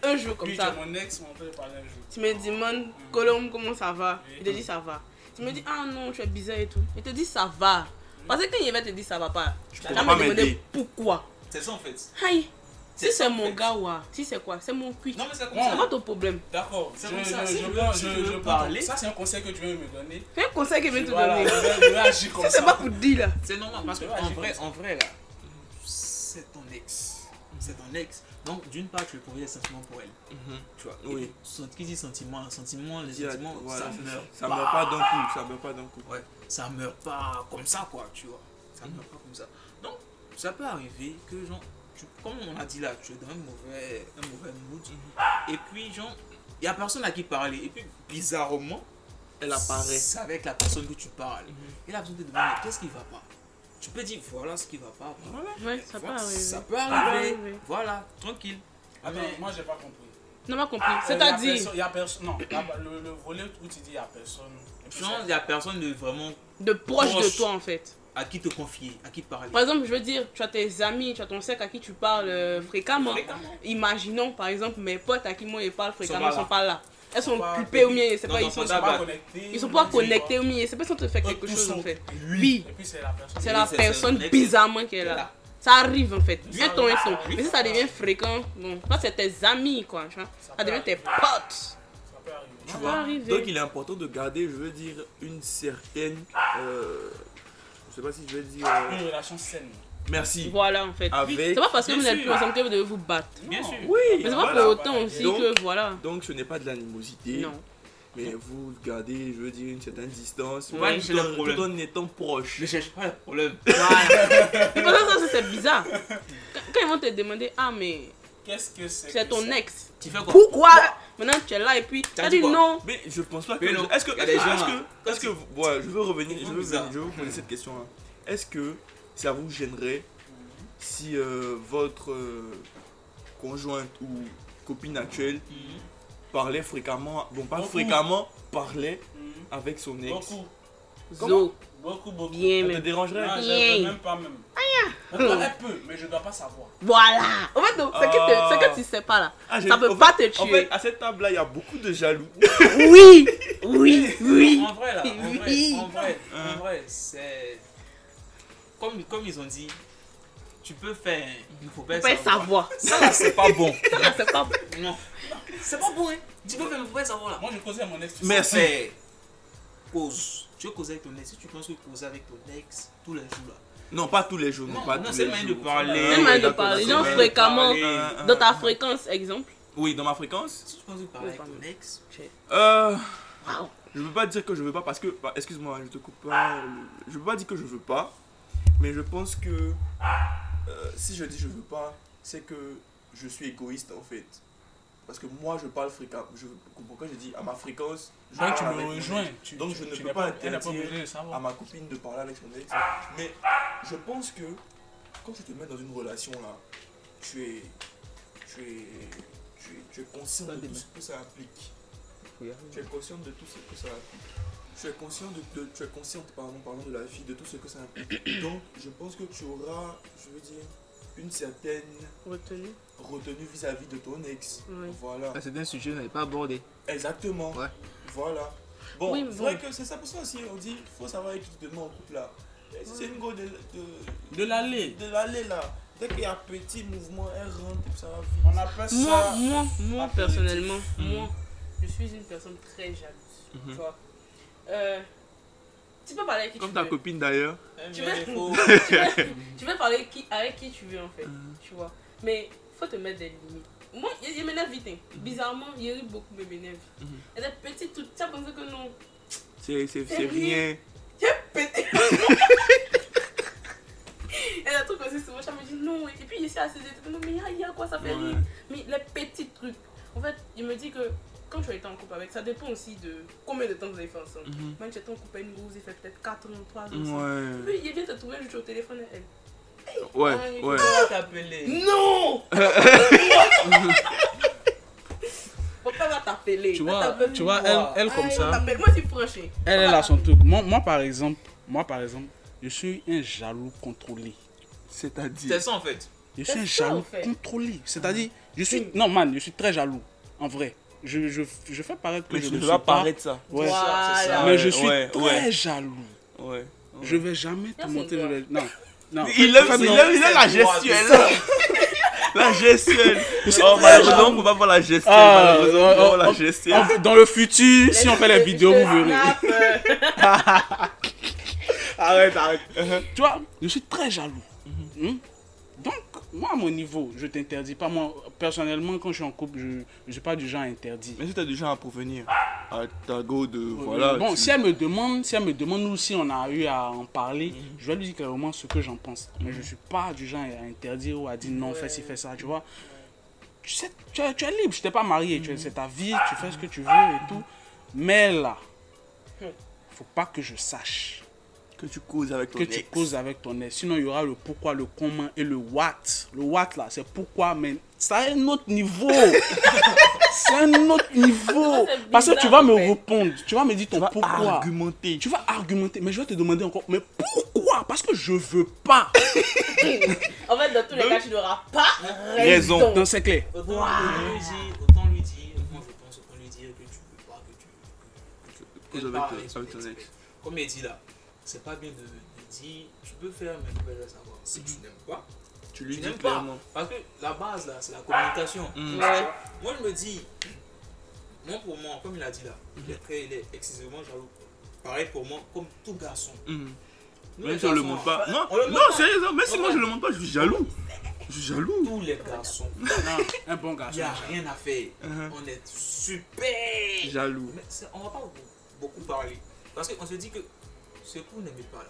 S8: un jour comme
S6: Lui,
S8: ça.
S6: t'es mon ex, mais on peut parler un jour.
S8: Tu me demandes, Colombe, comment ça va Il te dit ça va. Tu me dis, ah non, tu es bizarre et tout. Il te dit ça va. Parce que quand il va te dire ça va pas, tu vas
S1: pas
S8: me demander
S1: m'aider.
S8: pourquoi.
S4: C'est ça en fait.
S8: Aïe, si
S4: C'est
S8: c'est
S4: ça,
S8: mon
S4: en fait.
S8: gars, ouah, si c'est quoi C'est mon cul.
S4: Non, mais c'est comme
S8: C'est
S4: ça.
S8: pas ton problème.
S6: D'accord,
S4: C'est
S6: je-
S4: comme ça,
S6: je-
S4: si
S6: je
S4: tu
S6: veux-
S4: veux-
S6: je-
S4: si tu
S6: je
S4: veux
S6: veux
S4: parler-
S6: Ça, c'est un conseil que tu veux me donner.
S8: C'est un conseil que je viens de te
S6: Voilà,
S8: donner.
S6: je vais- je vais agir comme
S8: Si c'est
S6: ça.
S8: pas pour dire là.
S4: C'est normal parce que
S6: Ouais,
S4: en
S6: j'ai
S4: vrai,
S6: compris.
S4: en vrai là, c'est ton ex. C'est ton ex. Donc d'une part, tu veux prouver des sentiments pour elle. Tu vois. Et
S1: Oui.
S4: sent- Qui dit sentiment, sentiment, les
S1: Yeah,
S4: sentiments,
S1: voilà,
S4: ça
S1: c'est
S4: meurt.
S1: Ça meurt pas d'un coup, ça meurt pas d'un coup.
S4: Ouais, ça meurt pas comme ça, quoi, tu vois. Ça meurt pas comme ça. Donc, ça peut arriver que, genre, tu- comme on a dit là, tu es dans un mauvais, un mauvais mood. Et puis, genre, il n'y a personne à qui parler. Et puis, bizarrement,
S1: Elle apparaît.
S4: c'est avec la personne que tu
S1: Mhm.
S4: parles. Et la personne te demande,
S1: Ah.
S4: mais qu'est-ce qui va pas Tu peux dire, voilà ce qui va pas. Voilà,
S8: Ouais, ça peut
S4: ça
S8: arriver.
S4: peut
S5: Ah,
S8: peut
S4: arriver.
S8: arriver.
S4: Voilà, tranquille.
S1: Ah,
S6: Attends,
S4: Mais-
S6: Ah, moi j'ai pas compris.
S8: Non, pas
S4: Ah,
S8: compris.
S6: Euh, y a
S8: C'est-à-dire,
S6: perso- y a personne. Non, la- le, le volet où tu dis y a personne. et puis
S4: Genre, il n'y a personne de vraiment
S8: de proche de
S4: Proche.
S8: toi en fait.
S4: à qui te confier, à qui parler.
S8: Par exemple, je veux dire, tu as tes amis, tu as ton cercle à qui tu parles euh, fréquemment.
S4: Fréquemment.
S8: Imaginons par exemple mes potes à qui moi je parle fréquemment,
S4: pas
S8: ils
S4: là.
S8: sont pas là. Elles sont
S6: pas-
S8: occupées ou bien, je sais
S4: Non,
S8: pas,
S4: non,
S8: ils sont,
S4: pas
S6: Ils sont pas
S4: bah,
S6: connectés.
S8: ils sont pas
S6: tu vois.
S8: connectés ou bien, je sais pas si on te fait quelque
S6: Eux, tous
S8: chose en
S6: sont-
S8: fait.
S6: lui.
S8: Oui.
S6: Et puis c'est la personne.
S8: C'est la
S4: c'est- c'est-
S8: personne
S4: c'est-
S8: bizarrement qui est là.
S4: Là.
S8: Ça arrive en fait.
S6: Oui,
S8: Un ton, un ton.
S6: oui.
S8: Mais si ça devient fréquent, bon, quand c'est tes amis quoi, tu vois, ça
S6: peut
S8: devient tes potes.
S6: Ça peut arriver.
S1: Tu
S8: Ça
S1: vois
S8: peut arriver.
S1: Donc il est important de garder, je veux dire, une certaine. euh, je sais pas si je vais dire. euh,
S6: Une relation saine.
S1: merci.
S8: Voilà en fait. C'est
S1: Avec.
S8: pas parce que
S4: Bien
S8: vous n'êtes plus
S4: sûr.
S8: ensemble que vous devez vous battre.
S4: Bien sûr.
S1: Oui,
S8: Mais c'est pas
S1: voilà.
S8: pour autant aussi
S1: Donc-
S8: que voilà.
S1: Donc ce n'est pas de l'animosité.
S8: Non.
S1: Mais vous gardez, je veux dire, une certaine distance.
S4: Ouais, c'est
S1: tout,
S4: le
S1: en,
S4: problème.
S1: tout en étant proche.
S4: Ne cherche pas le problème.
S8: Mais pour ça, ça, c'est bizarre. Quand quand ils vont te demander, ah mais
S6: Qu'est-ce que c'est
S8: c'est
S6: que
S8: ton
S6: ça
S8: ex.
S4: Tu fais quoi
S8: Pourquoi Maintenant tu es là et puis tu as
S4: dit
S8: dit
S4: quoi
S8: non.
S1: Mais je pense pas que.
S4: Mais non,
S1: Est-ce que.
S4: y a
S1: Est-ce que.
S4: des gens,
S1: Est-ce
S4: hein.
S1: que. est-ce que vous- ouais, je veux revenir. Je veux,
S4: bizarre.
S1: revenir- je veux vous poser cette question-là. Est-ce que ça vous gênerait si euh, votre euh, conjointe ou copine actuelle
S4: Mhm.
S1: parlait fréquemment. Bon, pas
S6: Beaucoup.
S1: fréquemment, parlait
S6: Mhm.
S1: avec son ex
S6: Beaucoup.
S8: Zo,
S6: Beaucoup, beaucoup.
S8: bien
S1: Ça te
S8: même.
S1: dérangerait
S6: Ah,
S8: Bien.
S6: je même pas même. On connaît peu, mais je dois pas savoir.
S8: Voilà. En fait, donc, ce que, te- ce que tu sais pas là,
S1: Ah, j'ai-
S8: ça peut
S1: en
S8: pas te
S1: fait- En
S8: tuer.
S1: fait, à cette table-là, il y a beaucoup de jaloux.
S8: Oui, oui, oui.
S4: En vrai, là, en vrai,
S8: Oui.
S4: en vrai,
S1: Hein.
S4: en vrai, c'est. Comme, comme ils ont dit, tu peux faire une
S8: On
S4: mauvaise
S8: peut savoir.
S4: Ça, là, c'est pas bon.
S8: Ça là, c'est pas
S4: Non. C'est pas bon, hein. Tu peux faire une mauvaise savoir, là.
S6: Moi, je causais à mon ex. tu
S1: Merci.
S4: C'est. Cause. Tu veux causer avec ton ex. Si tu penses que causer avec ton ex tous les jours, là.
S1: Non, pas tous les jours, non,
S4: Non,
S1: pas
S4: non,
S1: tous
S4: c'est
S1: les
S4: une manière de
S1: jours.
S4: parler.
S1: Ah,
S8: C'est une manière de
S1: d'accord,
S8: parler.
S1: d'accord.
S8: Genre
S1: Ouais.
S8: fréquemment,
S1: Euh, euh,
S8: dans ta fréquence, exemple.
S1: Oui, dans ma fréquence
S4: Si tu penses que parler
S8: Oui,
S4: avec
S8: pardon.
S4: ton ex,
S1: Euh.
S8: Wow.
S1: Je veux pas dire que je veux pas parce que. bah, Excuse-moi, je te coupe pas. Je veux pas dire que je veux pas. Mais je pense que. euh, si je dis je veux pas, c'est que je suis égoïste en fait. Parce que moi je parle fréquemment. Je, pourquoi je dis à ma fréquence je
S6: Genre, Ah, tu
S1: parle avec
S6: me
S1: mon
S6: rejoins.
S1: ex.
S6: tu-
S1: Donc,
S6: tu-
S1: je ne
S6: tu
S1: peux
S6: n'es
S1: pas
S6: elle n'est pas
S1: interdire
S6: obligée de
S1: à
S6: savoir.
S1: ma copine de parler avec son ex. Mais je pense que quand tu te mets dans une relation là, tu es. Tu es. Tu es, tu es conscient de tout ce que ça implique. Tu es conscient de tout ce que ça implique. Tu es conscient de, de- tu es consciente pardon, pardon, de la fille, de tout ce que ça implique. Donc je pense que tu auras, je veux dire, une certaine
S8: Retenu.
S1: retenue vis-à-vis de ton ex.
S8: Oui.
S1: Voilà.
S5: Ah, C'est un sujet n'est pas abordé.
S1: Exactement.
S5: Ouais.
S1: Voilà. Bon,
S8: Oui, mais
S1: c'est
S8: bon.
S1: vrai que c'est ça pour ça aussi. On dit, faut savoir avec qui tu te mets en couple là. Et C'est une go de, de,
S6: De l'aller.
S1: de l'aller là. Dès qu'il y a un petit mouvement, elle rentre, ça va vite.
S6: On appelle ça.
S8: Moi, moi, moi,
S6: appeler
S8: personnellement, moi, je suis une personne très jalouse. Tu vois. Euh, tu peux parler avec qui tu veux.
S1: copine d'ailleurs.
S8: Tu veux, tu veux- tu veux parler qui, avec qui tu veux en fait,
S1: Euh.
S8: tu vois. Mais faut te mettre des limites. Moi, il, il m'énerve vite. hein. Bizarrement, Yeri beaucoup me m'énerve. Elle est petite, toute ça pensait que non.
S1: Mhm. C'est
S8: c'est rien. J'ai pété. Elle a tout comme souvent, je me dit non. hein. Et puis ici à ses études, non, mais il y a- il y a quoi, ça fait
S1: Ouais.
S8: rire. Mais les petits trucs. En fait, il me dit que quand tu as été en couple avec, ça dépend aussi de combien de temps vous avez fait ensemble. Même si tu es en couple avec une grosse, il fait peut-être 4 ans, 3 ans. cinq ans.
S1: Mhm. Ouais.
S8: Puis il vient te trouver juste au téléphone et elle. Ah,
S1: Ouais,
S4: tu vas t'appeler.
S8: Non Papa va t'appeler.
S6: Tu
S8: va
S6: vois,
S8: t'appeler
S6: tu vois
S8: pour
S6: elle,
S8: voir.
S6: elle comme
S8: Ah, il
S6: ça,
S8: t'appelle. Moi, je suis proche.
S6: elle, elle a son truc. Moi, moi, par exemple, moi, par exemple, je suis un jaloux contrôlé.
S4: C'est
S5: C'est-à-dire.
S4: ça en fait.
S6: Je suis un
S8: Qu'est-ce qu'on
S6: jaloux
S8: fait Mm.
S6: contrôlé. C'est-à-dire, je suis. Non, man, je suis très jaloux. En vrai. Je, je, je fais paraître que
S1: Mais
S6: je
S1: tu
S6: ne
S1: ne
S6: suis
S1: vas
S6: pas.
S1: pas arrêter ça.
S6: Ouais.
S4: Ça, c'est ça.
S6: Mais je suis
S1: Ah, ouais,
S6: très
S1: ouais.
S6: jaloux.
S1: Ouais.
S6: Je vais jamais te
S8: Viens,
S6: monter
S8: c'est
S6: dans
S8: toi.
S6: les. Non. Non.
S1: Il aime, il
S6: non.
S1: aime- il aime la gestuelle. la gestuelle. Oh, malheureusement, on va voir la gestuelle.
S6: Ah,
S1: malheureusement, on va voir la gestuelle.
S6: En- Dans le futur, si on fait les vidéos, vous verrez.
S8: euh,
S1: Arrête, arrête.
S6: Tu vois, je suis très jaloux. Hmm? Donc, moi, à mon niveau, je t'interdis pas. Moi, personnellement, quand je suis en couple, je je suis pas du genre interdit.
S1: Mais si t'as du genre à provenir à ta go de. Voilà.
S6: bon,
S1: tu-
S6: si elle me demande, si elle me demande ou si on a eu à en parler, je vais lui dire clairement ce que j'en pense. Mais je suis pas du genre à interdire ou à dire non, fais ci, fais ça, tu vois. Tu sais, tu es, tu es libre, je t'ai pas marié, tu es- c'est ta vie, tu fais ce que tu veux et tout. Mais là, faut pas que je sache
S1: Que tu causes avec ton
S6: que tu
S1: ex.
S6: causes avec ton ex. Sinon, il y aura le pourquoi, le comment et le what. Le what, là, c'est pourquoi, mais ça a un autre niveau. c'est un autre niveau.
S8: c'est
S6: Parce que tu vas
S8: bizarre,
S6: me
S8: en fait.
S6: répondre. Tu vas me dire ton pourquoi.
S1: Argumenter.
S6: Tu vas argumenter, mais je vais te demander encore, mais pourquoi Parce que je veux pas.
S1: Ah,
S8: En fait, dans tous les cas, tu n'auras pas
S1: Raison.
S8: raison.
S6: Donc c'est clair.
S4: Autant lui dire, autant lui dire, moi je pense, autant lui dire que tu peux pas, que tu
S1: Cause
S4: Elle
S1: avec,
S4: parle,
S1: euh,
S4: elle
S1: avec ton
S4: s'explique.
S1: ex.
S4: Comme il dit là, c'est pas bien de, de dire, tu peux faire, mais tu peux le savoir. Si
S1: Mm.
S4: tu n'aimes pas,
S1: Tu
S4: tu
S1: lui dis
S4: n'aimes pas.
S1: clairement.
S4: Parce que la base là, c'est la communication.
S1: Mm.
S4: Ouais. Moi je me dis, moi pour moi, comme il a dit là,
S1: Mm.
S4: il est très, il est excessivement jaloux. Pareil pour moi, comme tout garçon.
S1: Mhm.
S4: Nous,
S1: Même
S4: les
S1: si on le
S4: garçons,
S1: montre pas. Non,
S4: on le
S1: non,
S4: montre pas.
S1: sérieusement, même si moi je le montre pas, je suis jaloux. Je suis jaloux.
S4: Tous les garçons,
S6: Ah, un bon
S4: il
S6: garçon.
S4: n'y a rien à faire.
S1: Mhm.
S4: On est super
S1: Jaloux.
S4: Mais c'est- on va pas beaucoup, beaucoup parler. Parce qu'on se dit que ce que vous n'aimez pas là,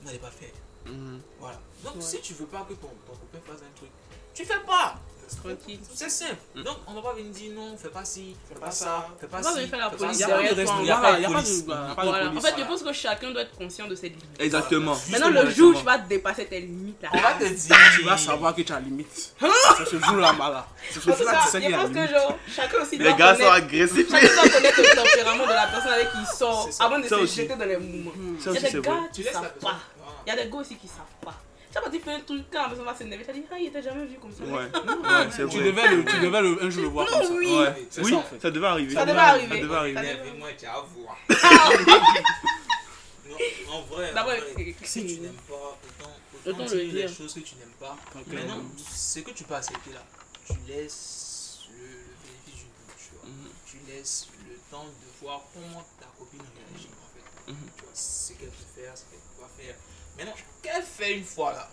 S4: vous n'allez pas faire.
S6: Ah,
S4: Voilà. Donc si tu veux pas que ton, ton copain fasse un truc, tu fais pas.
S8: Tranquille.
S4: C'est simple. Donc on va pas venir dire non, fais pas ci, fais pas ça, fais pas
S8: On va
S4: ci.
S8: venir faire la
S4: fais pas
S8: police
S4: ça.
S8: derrière
S4: Il y a
S8: toi.
S4: pas de
S14: Voilà,
S4: reste, il y a pas de police.
S14: voilà,
S4: Voilà.
S8: Voilà. En fait, je pense que chacun doit être conscient de ses limites.
S1: Ah, Exactement.
S8: Maintenant, le jour où tu vas dépasser tes limites, là.
S4: On va te dire.
S14: Tu vas savoir que tu as limite. C'est ce jour-là, Mala. C'est ce
S8: Parce que
S14: jour-là que tu
S8: ça,
S14: sais
S8: je
S14: qu'il y a
S8: pense que
S14: limite.
S8: genre, chacun aussi doit
S1: Les gars sont
S8: connaître,
S1: agressifs.
S8: chacun doit connaître le tempérament de la personne avec qui il sort
S4: C'est ça.
S8: avant de
S1: Ça
S8: se
S1: aussi.
S8: jeter dans les mouvements.
S1: Ça
S8: Il
S1: aussi,
S8: y a
S1: c'est
S8: des
S1: vrai.
S8: gars, tu
S4: laisses la
S8: savent
S4: personne.
S8: pas.
S4: Voilà.
S8: Il y a des gars aussi qui savent pas. Tu sais, quand tu fais un truc, quand la personne va s'énerver, tu dit, ah, il t'a jamais vu comme ça.
S1: Ouais, ouais c'est
S14: Tu
S1: vrai.
S14: devais, le, tu devais le, un jour le voir comme ça.
S8: Oui,
S1: Ouais.
S14: C'est
S1: Oui,
S14: ça, en fait.
S1: ça devait arriver.
S8: Ça devait arriver.
S1: Ça devait arriver.
S4: Lève et moi, tu vas voir. Non, En vrai, hein. en
S8: D'abord,
S4: vrai,
S8: euh,
S4: si tu n'aimes pas, autant, autant,
S8: Autant le
S4: dire les
S8: dire.
S4: choses que tu n'aimes pas. Maintenant, ce que tu peux accepter là, tu laisses le, le bénéfice du doute, tu vois.
S14: Mm.
S4: Tu laisses le temps de voir comment ta copine réagit en fait.
S14: Mhm.
S4: Tu vois, ce qu'elle peut faire, ce qu'elle peut pas faire. Maintenant, qu'elle fait une fois là,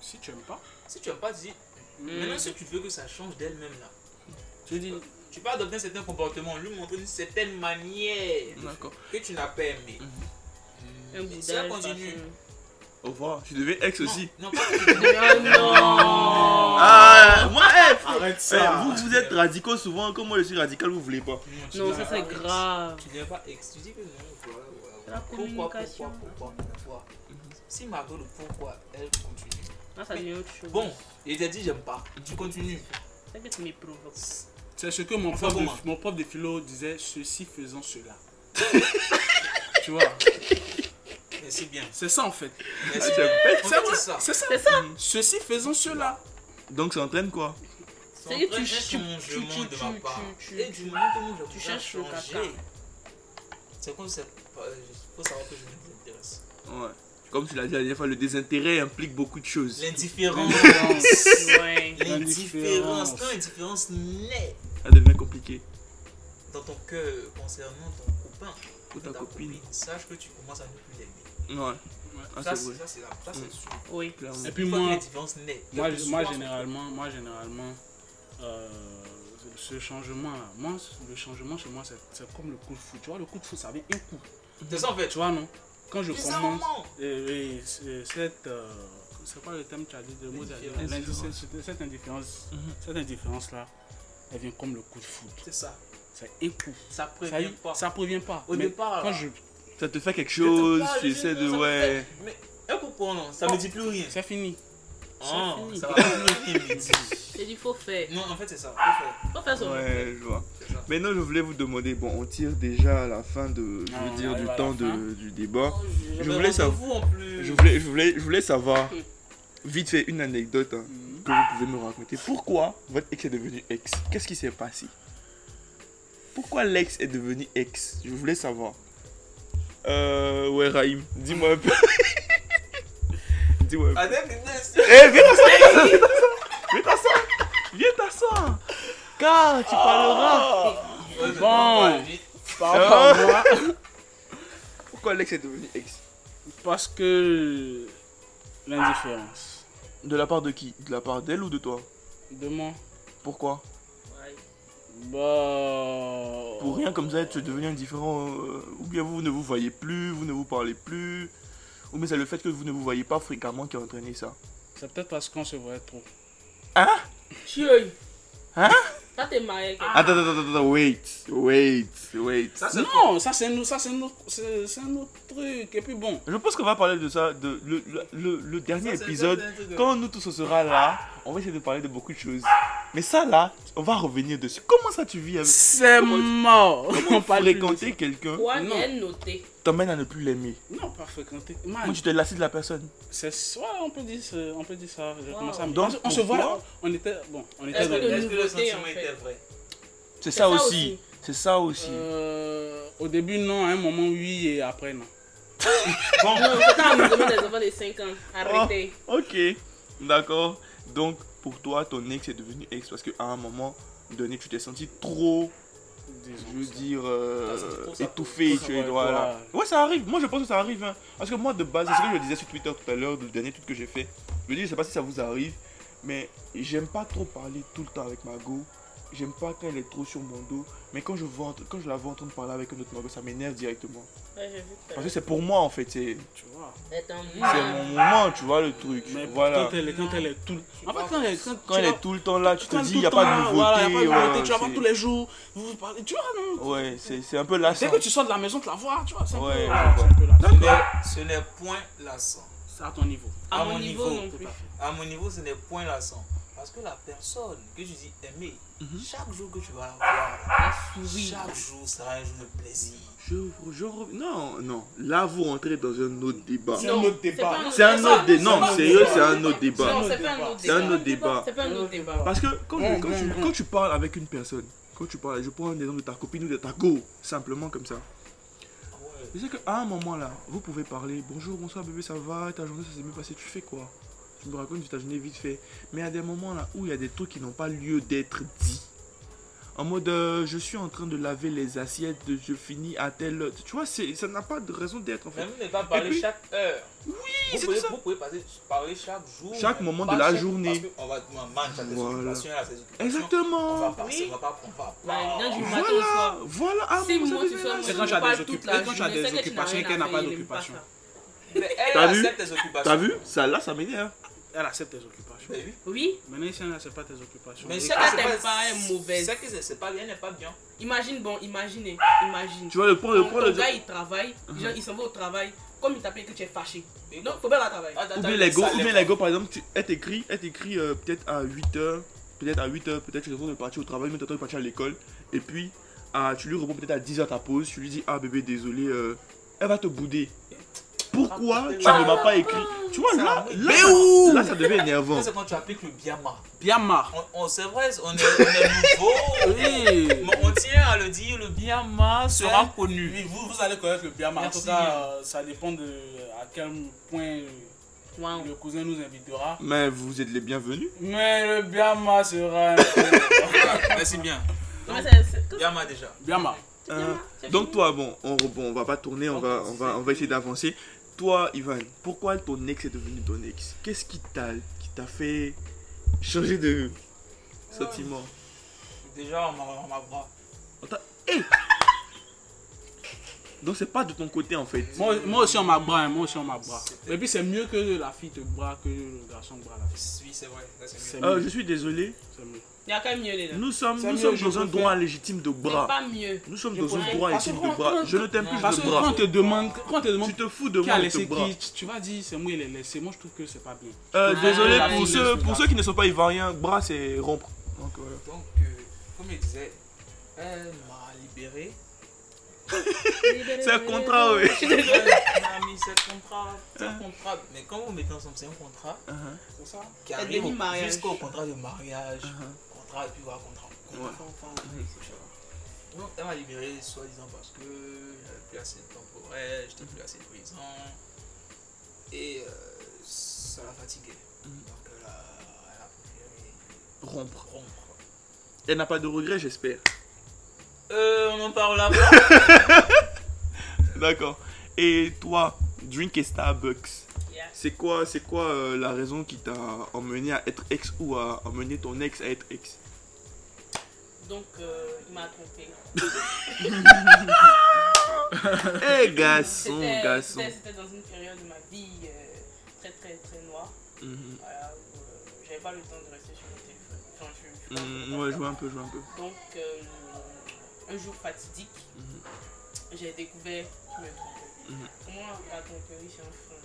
S14: Si tu aimes pas,
S4: si tu n'aimes pas, tu dis, maintenant si tu veux que ça change d'elle-même là,
S14: Mhm. tu dis.
S4: tu peux adopter un certain comportement, lui montrer une certaine manière
S1: D'accord.
S4: que tu n'as pas
S14: Mhm.
S4: aimé.
S8: Un
S4: Mais
S8: boudin,
S4: si elle
S8: une
S4: continue,
S8: façon.
S1: Au revoir. Tu devais ex aussi.
S4: non, pas que tu devais-
S1: Ah, moi, eh, frère,
S14: Arrête
S1: eh, vous, vous êtes radicaux souvent. Comme moi, je suis radical, vous voulez pas.
S4: tu
S8: Non,
S4: n'as
S8: ça
S4: pas
S8: c'est
S4: ex.
S8: grave.
S4: Tu n'as pas ex, tu dis que non, voilà, voilà, voilà.
S8: La
S4: pourquoi,
S8: communication. hein. Mhm.
S4: pourquoi, pourquoi, pourquoi. Si malgré le pourquoi, elle continue.
S8: Là, ça devient autre chose.
S4: Bon, il t'a dit j'aime pas, tu continues.
S8: C'est que tu me provoques.
S14: C'est ce que mon
S4: Enfin,
S14: prof, de,
S4: comment
S14: mon prof de philo disait ceci faisant cela. tu vois,
S4: Merci bien.
S14: c'est ça en fait.
S4: Merci
S1: Tu es bête.
S4: En fait, c'est ça.
S14: C'est ça.
S8: C'est ça.
S14: Ceci faisant cela.
S1: Donc, ça entraîne quoi
S4: C'est
S8: que tu-
S4: un
S8: tu-
S4: changement
S8: tu-
S4: de
S8: tu-
S4: ma
S8: tu-
S4: part.
S8: tu-
S4: Et du moment que moi je voudrais
S8: cherches le
S4: changer,
S8: caca.
S4: C'est comme ça. euh, Faut savoir que je me désintéresse.
S1: Ouais. Comme tu l'as dit la dernière fois, le désintérêt implique beaucoup de choses.
S4: L'indifférence.
S8: Ouais.
S4: L'indifférence. Quand l'indifférence naît
S1: Ça devient compliqué.
S4: dans ton cœur concernant ton copain
S1: Ou ta copine.
S4: sache que tu commences à ne plus l'aimer.
S1: Ouais. Ah,
S4: ça,
S1: c'est
S4: c'est
S1: vrai.
S4: ça, c'est la ça,
S1: Mm.
S4: c'est sûr.
S8: Oui.
S1: Clairement.
S14: Et puis
S4: Une fois que
S14: moi,
S4: la différence naît,
S14: moi,
S4: que tu
S14: moi
S4: sois-
S14: généralement, moi généralement, euh, ce changement là, moi le changement chez moi c'est c'est comme le coup de foot. Tu vois, le coup de foot ça vient un coup.
S4: C'est ça en fait.
S14: Tu vois non Quand je
S4: C'est ça, maman.
S14: commence, et, et c'est- cette euh, c'est quoi le thème que tu as dit le mot que tu as dit
S4: L'indifférence. Mm-hmm.
S14: L'indi- c'est- c'est- cette indifférence cette indifférence là elle vient comme le coup de foot
S4: C'est ça.
S14: c'est un coup
S4: Ça
S14: ça,
S4: prévient pas.
S14: ça prévient pas
S4: Au
S14: mais
S4: départ,
S14: quand
S4: là,
S14: je
S1: Ça te fait quelque chose,
S4: pas,
S1: tu
S4: je-
S1: essaies de.
S4: ça me
S1: Ouais.
S4: Mais un coup pour non, ça me dit plus rien.
S14: c'est fini
S4: Ah,
S14: fini.
S4: ça va plus rien. me dire.
S8: C'est du faut faire.
S4: Non, en fait, c'est ça. faut faire.
S8: Faut faire son
S1: Ouais, je vois. Maintenant, je voulais vous demander, bon, on tire déjà à la fin de, je veux
S6: on
S1: dire, du
S6: arrive à la
S1: temps
S6: fin.
S1: de, du débat.
S5: J'avais
S1: Je voulais savoir.
S5: rendez-vous en plus.
S1: Je voulais, je voulais, je voulais savoir, vite fait, une anecdote hein, que vous pouvez me raconter. Pourquoi votre ex est devenu ex Qu'est-ce qui s'est passé Pourquoi l'ex est devenu ex Je voulais savoir. Euh, ouais, Raïm, dis-moi un peu. dis-moi un peu. Eh, viens t'asseoir Viens t'asseoir Viens t'asseoir Car tu parleras
S6: Bon,
S1: Ah.
S6: par rapport à moi,
S1: Pourquoi l'ex est devenu ex
S6: parce que l'indifférence
S1: De la part de qui De la part d'elle ou de toi
S6: de moi,
S1: Pourquoi
S6: bah,
S1: Pour rien comme ça, tu es devenu indifférent. euh, ou bien vous ne vous voyez plus, vous ne vous parlez plus. Ou bien c'est le fait que vous ne vous voyez pas fréquemment qui a entraîné ça.
S6: c'est peut-être parce qu'on se voyait trop.
S8: Chieux.
S1: Hein Ah.
S8: Toi, t'es marié avec quelqu'un.
S1: Attends, attends, attends, attends, wait, wait, wait.
S6: Non, ça c'est nous, ça c'est nous, c'est c'est un autre truc. Et puis bon,
S1: Je pense qu'on va parler de ça, de le, le- le- le dernier
S5: c'est-
S1: épisode.
S5: ça, c'est un truc de-
S1: Quand nous tous on sera là, on va essayer de parler de beaucoup de choses. Mais ça là, on va revenir dessus. Comment ça tu vis avec
S6: c'est mort. On parle plus de
S1: fréquenter quelqu'un
S8: Quoi,
S6: Non.
S8: bien noté.
S1: t'emmène à ne plus l'aimer.
S6: ça. Non, pas fréquenter. Man,
S1: Moi tu t'es lassé de la personne.
S6: c'est soit on peut dire, ce- on peut dire ça. J'ai commencé à me-
S1: Donc,
S6: on, on se
S1: pourquoi
S6: voit, on était, bon, on était
S8: Est-ce
S6: dans-
S8: que le
S5: Est-ce que le
S8: nouveauté,
S5: sentiment
S8: en fait
S5: était vrai
S1: C'est
S8: C'est
S1: ça,
S8: ça
S1: aussi.
S8: aussi.
S1: C'est ça aussi.
S6: Euh, au début non, à un moment oui et après non.
S8: Non, c'est pas amusement des enfants de 5 ans.
S1: Ah.
S8: Arrêtez.
S1: Ok, d'accord. Donc pour toi, ton ex est devenu ex parce qu'à un moment donné, tu t'es senti trop, je veux dire, euh,
S5: Ah, c'est trop ça,
S1: étouffé.
S6: trop ça,
S1: Tu
S6: ouais,
S1: es, voilà. Ouais, ça arrive. Moi, je pense que ça arrive. hein. Parce que moi, de base, c'est ce que je disais sur Twitter tout à l'heure, le dernier tweet que j'ai fait. Je dis, je sais pas si ça vous arrive, mais j'aime pas trop parler tout le temps avec ma go. J'aime pas quand elle est trop sur mon dos. Mais quand je, vois, quand je la vois en train de parler avec un autre mago, ça m'énerve directement.
S8: Ouais, j'ai vu tout à
S1: Parce que c'est pour moi en fait, c'est
S6: Tu vois.
S8: l'heure. Attends,
S1: Ah, c'est mon moment, tu vois le truc.
S6: Mais
S1: voilà.
S6: quand elle est quand elle est tout En fait quand elle est quand,
S1: Quand
S6: tu
S1: elle
S6: la-
S1: est tout le temps là, tu te
S6: quand
S1: dis,
S6: tout
S1: il n'y a
S6: le
S1: pas
S6: temps,
S1: de nouveauté.
S6: Voilà, il a pas de
S1: ouais,
S6: nouveauté, tu la vois
S1: c'est-
S6: tous les jours, vous vous parlez, tu vois non.
S1: Ouais, c'est c'est un peu lassant.
S6: Dès que tu sors de la maison, tu la vois, tu vois, c'est un
S1: Ouais,
S6: peu
S1: je
S6: voilà,
S1: vois.
S6: c'est un peu là.
S5: Ce n'est- Ce n'est point lassant.
S6: C'est à ton niveau.
S8: à mon niveau non
S6: Tout à
S8: plus.
S6: fait.
S5: À mon niveau, ce n'est point lassant. Parce que la personne que tu dis aimer,
S1: Mhm.
S5: chaque jour que tu vas la voir, chaque jour sera un jour de plaisir.
S1: Je, je rev- Non, non. Là, vous rentrez dans un autre débat.
S8: Non, c'est pas un autre débat.
S1: C'est un autre débat. Non,
S8: pas un
S1: sérieux,
S8: autre
S1: c'est un
S8: débat.
S1: autre débat.
S8: Non, c'est pas un autre débat.
S1: C'est un autre débat.
S8: C'est pas un autre débat.
S1: Parce que quand,
S6: Bon,
S1: quand
S6: bon,
S1: tu,
S6: bon.
S1: quand tu parles avec une personne, quand tu parles, je prends un exemple de ta copine ou de ta go, simplement comme ça. Je sais qu'à un moment là, vous pouvez parler, bonjour, bonsoir bébé, ça va, ta journée, ça s'est bien passé, tu fais quoi Tu me racontes ta journée vite fait. Mais il y a des moments là où il y a des trucs qui n'ont pas lieu d'être dits. En mode, euh, je suis en train de laver les assiettes, je finis à telle heure. Tu vois, c'est- ça n'a pas de raison d'être en fait.
S5: Même ne pas parler
S1: Et puis-
S5: chaque heure.
S1: c'est
S5: vous, pouvez,
S1: tout ça.
S5: vous pouvez passer- parler chaque jour.
S1: Chaque
S5: mais
S1: moment
S5: pas
S1: de la
S5: chaque-
S1: journée.
S5: Parce qu'on va on va man, chaque
S1: Voilà.
S5: occupations, elle a ses occupations. On va
S1: Exactement.
S5: passer, on va pas on va
S8: Bah,
S5: pas-
S8: non, du matin au soir.
S1: Voilà, voilà. ah,
S8: Si
S1: bon, ça
S8: moi
S1: devient
S8: tu sois
S1: là.
S6: C'est quand tu as des occup-
S8: occupations,
S6: quand tu as des occupations et qu'elle n'a pas d'occupation.
S5: Mais elle
S1: T'as vu
S5: accepte tes occupations.
S1: T'as vu Ça là, ça m'énerve. hein.
S6: Elle accepte tes occupations.
S5: Mais oui.
S8: Oui,
S6: Maintenant si elle n'accepte pas tes occupations.
S5: Mais
S6: et
S5: c'est
S8: Ah,
S5: que
S8: t'aimes
S5: c'est
S8: pas, elle est mauvaise.
S5: C'est que c'est- c'est pas bien, elle n'est pas bien.
S8: imagine, bon, imaginez, imagine.
S1: Tu vois, le point, le
S8: Ton,
S1: point,
S8: ton
S1: le Uh-huh.
S8: gars il travaille, genre, il s'en va au travail, comme il t'appelle que tu es fâché. Donc faut bien la
S4: Ah,
S8: travailler.
S1: Ou bien les go, ou bien les go, par exemple, tu, elle t'écrit, elle t'écrit euh, peut-être à 8h, peut-être à 8h, peut-être tu es en train de partir au travail, mais tu es en train de partir à l'école, et puis ah, tu lui réponds peut-être à 10h ta pause, tu lui dis ah bébé désolé, euh, elle va te bouder. Pourquoi tu ne m'as pas écrit Tu vois là, là, ça- là, ça devient énervant.
S5: Ça, c'est quand tu appliques le biama.
S6: Bien marre.
S5: On, on- c'est vrai, on est, on est nouveau.
S6: Oui.
S5: Mais on tient à le dire, le biama sera connu.
S6: Oui, vous, vous allez connaître le Biama. En
S5: Merci
S6: tout cas,
S5: bien.
S6: euh, ça dépend de à quel point
S8: Wow.
S6: le cousin nous invitera.
S1: Mais vous êtes les bienvenus.
S6: Mais le Biama sera. un peu-
S5: Merci bien.
S8: Non, mais c'est- c'est-
S5: Biama déjà.
S6: Biama.
S1: Hein. Donc toi bon, on, re- bon, on va pas tourner, on va, on va, on va essayer d'avancer. Toi Ivan, pourquoi ton ex est devenu ton ex Qu'est-ce qui t'a, qui t'a fait changer de sentiment
S5: Déjà, on m'a- on m'aura.
S1: Donc c'est pas de ton côté en fait.
S6: Moi, moi aussi, on m'a bras. hein, Moi aussi, on m'a bras. Et puis, c'est mieux que la fille te bras que le garçon bras la fille.
S5: Oui, c'est vrai. ça, c'est
S6: C'est
S5: mieux.
S6: mieux.
S1: Euh, je suis désolé.
S6: c'est mieux.
S8: Il y a quand même mieux les deux.
S1: Nous sommes,
S6: C'est
S1: nous
S6: mieux,
S1: sommes
S6: je
S1: dans un
S6: préfère.
S1: droit légitime de
S8: C'est
S1: bras.
S8: pas mieux.
S1: Nous sommes dans un
S8: préfère.
S1: droit
S6: Parce que
S1: légitime de
S6: quand-
S1: bras.
S6: quand-
S1: Je ne t'aime plus
S6: Parce
S1: de
S6: que quand on
S1: bras.
S6: te demande, quand on te demande
S1: Tu te fous de
S6: qui a
S1: moi de
S6: laissé
S1: tes bras.
S6: qui, tu- tu vas dire c'est moi, il a laissé. Moi, je trouve que c'est pas bien.
S1: Euh,
S8: Ouais,
S1: désolé
S8: la
S1: pour
S8: vie,
S1: ceux,
S6: c'est
S1: pour
S6: ça.
S1: ceux qui ne sont pas ivoiriens, bras c'est rompre. Donc, voilà.
S5: Donc, euh, comme je disais,
S4: Elle m'a libéré.
S1: C'est un contrat, oui.
S4: Elle m'a mis c'est un contrat. C'est un contrat. Mais quand vous mettez ensemble, c'est un contrat
S6: C'est ça
S4: qui
S8: Elle
S4: arrive
S8: dit
S4: au-
S8: mariage.
S4: jusqu'au contrat de mariage. Contrat, et puis voilà, contrat. Contrat, enfin, c'est Donc, elle m'a libéré, soi-disant, parce que j'avais plus assez de temps pour elle, j'étais plus assez présent. Et euh, ça l'a fatiguée.
S1: Mhm.
S4: Donc, euh, elle a, elle a préféré
S1: Rompre.
S4: rompre.
S1: Elle n'a pas de regrets, j'espère.
S4: Euh, on en parle après.
S1: D'accord. Et toi, drink et Starbucks,
S8: Yeah.
S1: c'est quoi, c'est quoi euh, la raison qui t'a emmené à être ex ou à emmener ton ex à être ex
S8: Donc, euh, il m'a trompé.
S1: Eh garçon,
S8: C'était-
S1: garçon.
S8: c'était- C'était dans une période de ma vie euh, très très très noire.
S1: Mhm.
S8: Voilà, où, euh, j'avais pas le temps de rester sur mon téléphone. Enfin, je- je-
S1: Mhm, ouais, jouer un peu, jouer un peu.
S8: Donc, euh, un jour fatidique, j'ai découvert que je me trompais.
S1: Mhm.
S8: Pour Moi, la tromperie, c'est un fond.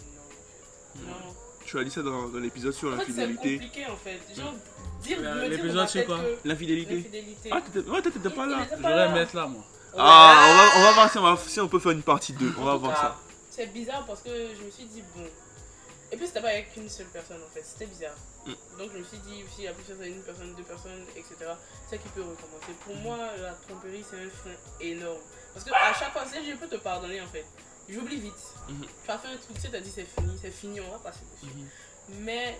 S8: Non, en fait. non.
S1: Tu as dit ça dans, dans l'épisode sur
S8: En fait, c'est
S1: l'infidélité.
S8: compliqué en fait. Genre,
S1: Mhm.
S8: dire,
S6: Euh,
S8: me dire dans
S6: l'épisode
S8: ma
S6: sur
S8: tête
S6: quoi
S8: que
S1: L'infidélité.
S8: l'infidélité.
S1: Ah, t'étais ouais, t'étais pas là.
S6: J'aurais aimé être là, moi.
S1: Ah, on va, on va voir si on, va- si on peut faire une partie 2. On va
S8: En tout
S1: voir
S8: cas,
S1: ça.
S8: C'est bizarre parce que je me suis dit, bon. Et puis c'était pas avec une seule personne en fait, c'était bizarre.
S1: Mm.
S8: Donc je me suis dit, s'il y a plusieurs une personne, deux personnes, etc., c'est ça qui peut recommencer.
S1: Mm.
S8: Pour moi, la tromperie c'est un frein énorme. Parce que à chaque fois, c'est je peux te pardonner en fait. J'oublie vite. Tu as fait un truc, tu sais, t'as dit c'est fini, c'est fini, on va passer dessus.
S1: Mhm.
S8: Mais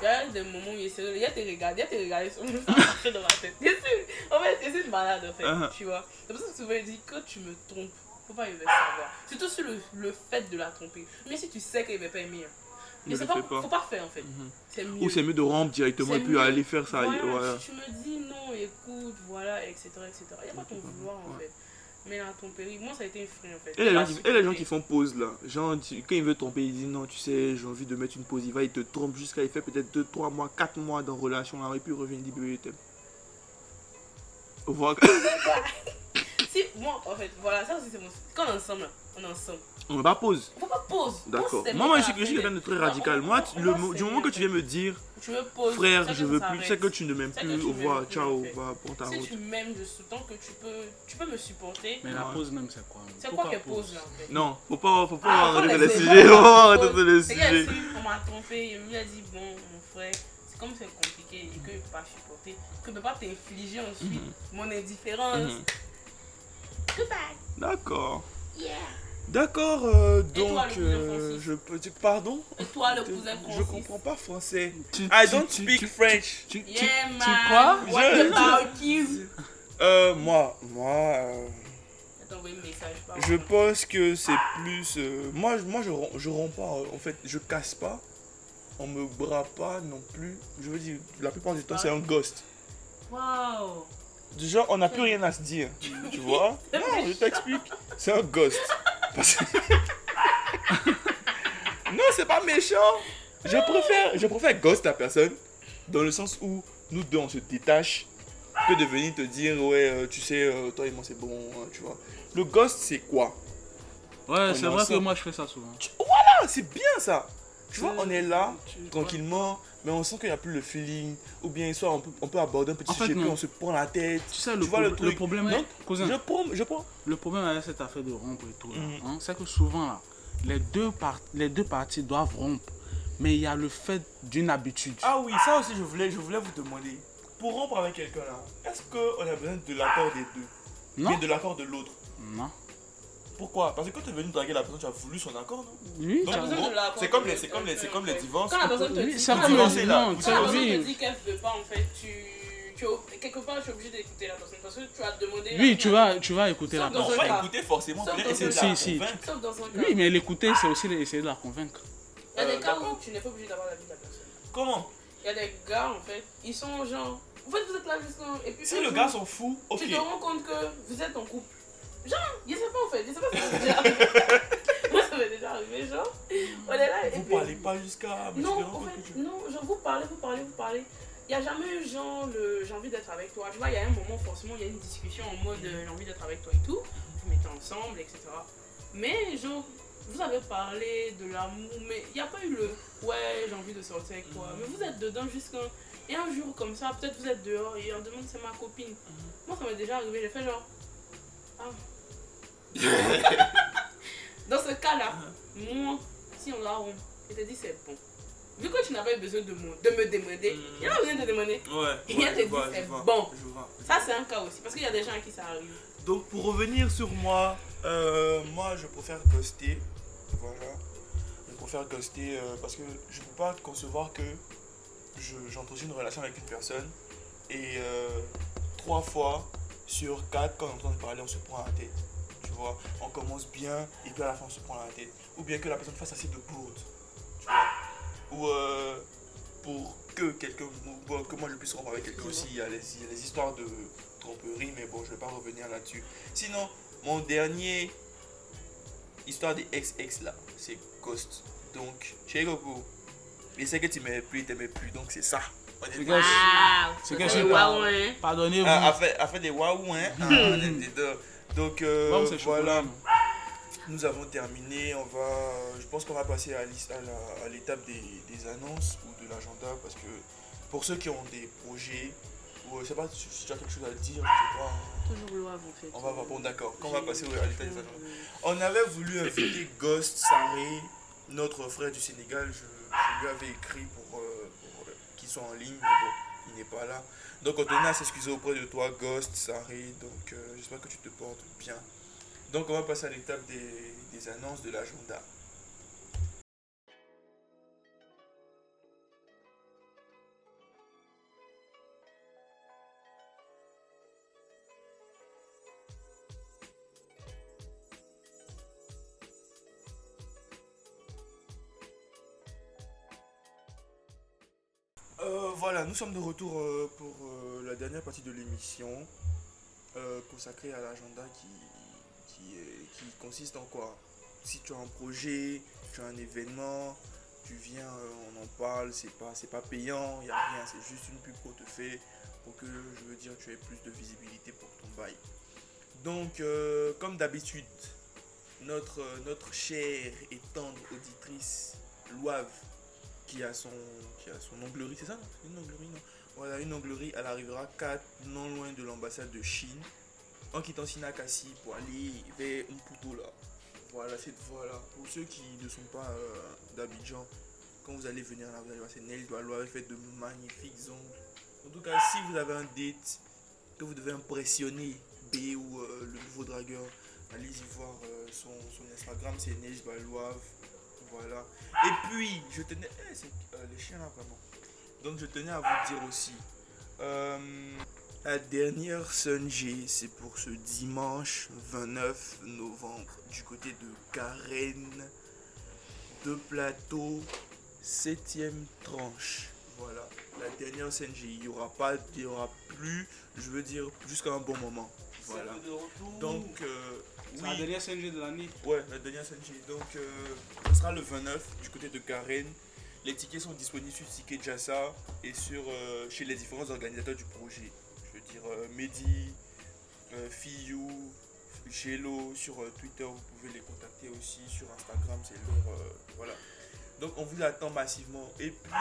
S8: il y a des moments où il essaie de- il y a tes regards, il y a tes regards, ils sont juste rentrés dans la tête. Bien sûr, en fait, c'est une malade en fait,
S1: Uh-huh.
S8: tu vois. C'est pour ça que souvent il dit, quand tu me trompes, faut pas aimer savoir. Surtout sur le, le fait de la tromper. Mais si tu sais qu'il ne va pas aimer, hein. mais
S1: Ne
S8: c'est
S1: le
S8: pas,
S1: fais pas. Mhm.
S8: faut pas faire en fait. C'est mieux.
S1: Ou c'est mieux de rompre directement
S8: C'est
S1: et puis
S8: mieux.
S1: aller faire ça.
S8: Voilà,
S1: voilà.
S8: si tu me dis non, écoute, voilà, etc. etc. Il n'y a pas ton vouloir en fait. Mais la tromperie, moi ça a été un frein en fait.
S1: Et les, gens
S8: La
S1: qui, et les gens
S8: supporter.
S1: qui font pause là, genre tu- quand il veut tromper, il dit non, tu sais, j'ai envie de mettre une pause, il va, il te trompe jusqu'à il fait peut-être 2, 3 mois, 4 mois dans relation là, et puis il revient, il dit bébé, je t'aime. Au revoir.
S8: Si, moi en fait, voilà, ça aussi c'est mon. Quand on est ensemble, là, on est ensemble.
S1: On va pas pause.
S8: Faut pas pause.
S1: D'accord.
S8: Pause, c'est
S1: Moi,
S8: pas
S1: moi,
S8: la
S1: je suis je suis
S8: peine.
S1: quelqu'un de très
S8: Oh,
S1: radical. Moi, tu- le, mo- du moment que tu viens me dire,
S8: Tu me poses.
S1: frère,
S8: ça
S1: je
S8: que
S1: veux
S8: ça
S1: plus, tu sais
S8: s'arrête.
S1: que tu ne m'aimes
S8: Ça que
S1: plus,
S8: tu
S1: au
S8: ne
S1: revoir,
S8: m'aimes plus, en
S1: ciao,
S8: fait.
S1: va, prends ta
S8: Si
S1: route.
S8: tu m'aimes, je sous-tends que tu peux, tu peux me supporter.
S6: Mais la
S1: Ouais.
S6: pause, même, c'est quoi même
S8: C'est quoi
S6: Pourquoi
S8: qu'elle pose là en fait
S1: Non, faut pas, faut pas
S8: Ah,
S1: arrêter
S8: faut
S1: le
S8: laisser.
S1: sujet.
S8: Faut pas
S1: arrêter
S8: pause.
S1: le
S8: C'est qu'elle
S1: sujet.
S8: a su, on m'a trompé, il m'a dit bon mon frère, c'est comme c'est compliqué et que je peux pas supporter, que je peux pas t'infliger ensuite mon indifférence.
S1: Mhm.
S8: Goodbye.
S1: D'accord.
S8: Yeah.
S1: D'accord, euh,
S8: Et toi, le
S1: donc,
S8: cousin
S1: euh,
S8: Francis
S1: je peux dire pardon
S8: Et toi le cousin Francis.
S1: Je comprends pas français.
S6: Tu-
S1: I
S6: tu-
S1: don't
S6: tu-
S1: speak
S6: tu-
S1: French.
S6: Tu, tu-
S8: Yeah man.
S6: crois
S8: What
S1: Je-
S8: about you?
S1: Euh, moi, moi, euh,
S8: Elle t'a envoyé un message. par
S1: je
S8: exemple.
S1: pense que c'est plus. euh, moi, je- moi, je, rom- je romps pas. euh, En fait, je casse pas. On me bras pas non plus. Je veux dire, la plupart du temps, c'est un ghost.
S8: Wow.
S1: Du genre, on n'a plus rien à se dire. Tu vois Non, je t'explique. C'est un ghost. Parce que- non, c'est pas méchant. Je préfère, je préfère ghost la personne dans le sens où nous deux on se détache que de venir te dire ouais euh, tu sais euh, toi et moi c'est bon hein, tu vois. Le ghost c'est quoi
S6: Ouais, c'est
S1: On est
S6: vrai que
S1: ensemble.
S6: moi, je fais ça souvent.
S1: Ah c'est bien ça. Tu vois on est là tranquillement mais on sent qu'il n'y a plus le feeling ou bien soit on peut, on peut aborder un petit
S6: En fait,
S1: sujet puis
S6: non.
S1: on se prend la tête.
S6: Tu sais, le,
S1: vois le
S6: pro-
S1: truc.
S6: problème,
S1: Ouais.
S6: cousin,
S1: Je prends je prends
S6: le problème avec cette affaire de rompre et tout, là,
S1: Mhm.
S6: hein, c'est que souvent, là, les, deux par- les deux parties doivent rompre, mais il y a le fait d'une habitude.
S15: Ah oui, ça aussi, je voulais, je voulais vous demander. Pour rompre avec quelqu'un là, est-ce qu'on a besoin de l'accord des deux
S6: Non.
S15: Mais de l'accord de l'autre
S6: Non.
S15: Pourquoi Parce que quand tu es venu draguer la personne, tu as voulu son accord, non
S6: Oui,
S15: Donc,
S8: T'as
S15: en
S8: besoin
S15: gros,
S8: de l'accord
S15: C'est comme
S8: de
S15: les, c'est
S8: l'autre,
S15: comme les, c'est
S8: en
S15: comme les
S8: fait.
S15: divorces.
S8: Quand la personne te
S6: oui,
S8: dit
S6: ça
S8: quand la
S6: me
S15: tu
S8: personne-
S15: vois, c'est là,
S6: non,
S15: tu
S8: Quand la
S6: ça
S8: personne
S6: oui.
S8: te dit qu'elle veut pas, en fait, tu, tu es- quelque part, tu es obligé d'écouter la personne parce que tu as demandé. la-
S6: Oui, tu vas, tu vas écouter la
S8: Sans
S15: Non, on
S6: personne.
S8: danger.
S15: va écouter forcément,
S8: Sauf
S15: peut-être
S8: dans
S15: essayer de
S8: ce
S15: la
S6: cas. Si, si.
S15: convaincre.
S8: Sauf dans un cas.
S6: Oui, mais l'écouter, c'est aussi essayer de la convaincre.
S8: Il y a des
S15: Euh,
S8: cas où
S15: d'accord.
S8: tu n'es pas obligé d'avoir la vie de la personne.
S15: Comment
S8: Il y a des gars, en fait, ils sont genre. En fait, vous êtes là jusqu'à. Et puis,
S15: Si
S8: un
S15: le
S8: jour,
S15: gars s'en fout, ok.
S8: tu te rends compte que vous êtes en couple. Genre, il sait pas, en fait. Il sait pas ce que déjà arrivé. Moi, ça m'est déjà arrivé, genre. On est là. Et
S15: Vous
S8: puis,
S15: parlez pas
S1: Ah,
S15: jusqu'à. mais tu te
S8: Non,
S15: rends
S8: en
S15: compte que
S8: fait,
S15: tu-
S8: non, genre vous parlez, vous parlez, vous parlez. Il n'y a jamais eu genre le j'ai envie d'être avec toi. Tu vois, il y a un moment, forcément, il y a une discussion en mode euh, j'ai envie d'être avec toi et tout. Vous mettez ensemble, etc. Mais genre, vous avez parlé de l'amour, mais il n'y a pas eu le ouais, j'ai envie de sortir avec
S16: Mhm.
S8: toi. Mais vous êtes dedans jusqu'à. Et un jour comme ça, peut-être vous êtes dehors et on demande c'est ma copine. Moi, ça m'est déjà arrivé, j'ai fait genre. Ah. Dans ce cas-là,
S16: Ah.
S8: moi, si on la rompt, je te dis c'est bon. Vu que tu n'as pas eu besoin de, mon- de me demander,
S16: Mhm.
S8: il n'y a pas besoin de demander.
S1: Ouais,
S8: Il y a
S1: ouais,
S8: des
S1: je vois,
S8: dix,
S1: je
S8: c'est
S1: vois,
S8: bon.
S1: je vois.
S8: Ça, c'est un cas aussi, parce qu'il y a des gens à qui ça arrive.
S1: Donc pour revenir sur moi, euh, moi je préfère ghoster. Voilà. Je préfère ghoster euh, parce que je peux pas concevoir que je- j'entretiens une relation avec une personne et euh, trois fois sur quatre quand on entend parler on se prend la tête. Tu vois, on commence bien et puis à la fin on se prend la tête. Ou bien que la personne fasse assez de bourde. Tu vois. Ou euh, pour que quelqu'un ou que moi je puisse rompre avec quelqu'un aussi, il y a les, il y a les histoires de tromperie, mais bon je vais pas revenir là-dessus. Sinon, mon dernier histoire des ex-ex là, c'est Ghost. Donc, chez Goku, il sait que tu m'aimais plus, il t'aimait plus, donc c'est ça. Honnêtement,
S6: Gars,
S16: Waouh.
S6: C'est
S16: Ça,
S6: que
S16: c'est
S6: je
S16: waouh, hein.
S6: Pardonnez-vous.
S1: a, fait, a fait des waouh, hein. Ah, on est des deux. Donc, euh,
S6: Hmm. Waouh, c'est chaud.
S1: voilà, nous avons terminé. On va, je pense qu'on va passer à l'is- à la- à l'étape des, des annonces ou de l'agenda parce que pour ceux qui ont des projets ou je sais pas si tu as quelque chose à dire, je sais pas. hein.
S16: Toujours loin, en fait.
S1: On va voir. Bon, d'accord. Quand on va passer à l'état des agendas. On avait voulu inviter Ghost Saré, notre frère du Sénégal. Je, je lui avais écrit pour, euh, pour, euh, qu'il soit en ligne, mais bon, il n'est pas là. Donc on tenait à s'excuser auprès de toi, Ghost Saré. Donc euh, j'espère que tu te portes bien. Donc on va passer à l'étape des, des annonces de l'agenda. Euh, voilà, nous sommes de retour euh, pour euh, la dernière partie de l'émission euh, consacrée à l'agenda qui, qui, est- qui consiste en quoi Si tu as un projet, tu as un événement, tu viens, euh, on en parle, c'est pas, c'est pas payant, il n'y a rien, c'est juste une pub qu'on te fait pour que, je veux dire, tu aies plus de visibilité pour ton bail. Donc, euh, comme d'habitude, notre, euh, notre chère et tendre auditrice, Loave, qui a son qui a son onglerie, c'est ça non C'est Une onglerie, non Voilà, une onglerie, elle arrivera 4 non loin de l'ambassade de Chine, en quittant Sinakasi pour aller vers Mputo là. Voilà, cette voie là. Pour ceux qui ne sont pas euh, d'Abidjan, quand vous allez venir là, vous allez voir, c'est Nel Doualo, elle fait de magnifiques ongles. En tout cas, si vous avez un date, que vous devez impressionner B ou euh, le nouveau dragueur, allez-y voir euh, son, son Instagram, c'est Nel Doualoave. Voilà. Et puis, je tenais. eh, c'est- euh, les chiens là, vraiment. Donc, je tenais à vous dire aussi. euh, la dernière Sunjay, c'est pour ce dimanche 29 novembre, du côté de Carène, de Plateau, 7ème tranche. Voilà, la dernière Sunjay. Il n'y aura pas, il y aura plus, je veux dire, jusqu'à un bon moment. Voilà. Donc, euh,
S6: C'est la
S1: oui.
S6: dernière CNG de l'année.
S1: Ouais, la dernière Sanji. Donc, euh, ce sera le 29 du côté de Karen. Les tickets sont disponibles sur Ticket Jassa et sur, euh, chez les différents organisateurs du projet. Je veux dire, euh, Mehdi, euh, Fiyou, Gelo, sur euh, Twitter, vous pouvez les contacter aussi. Sur Instagram, c'est leur. euh, voilà. Donc, on vous attend massivement. Et puis,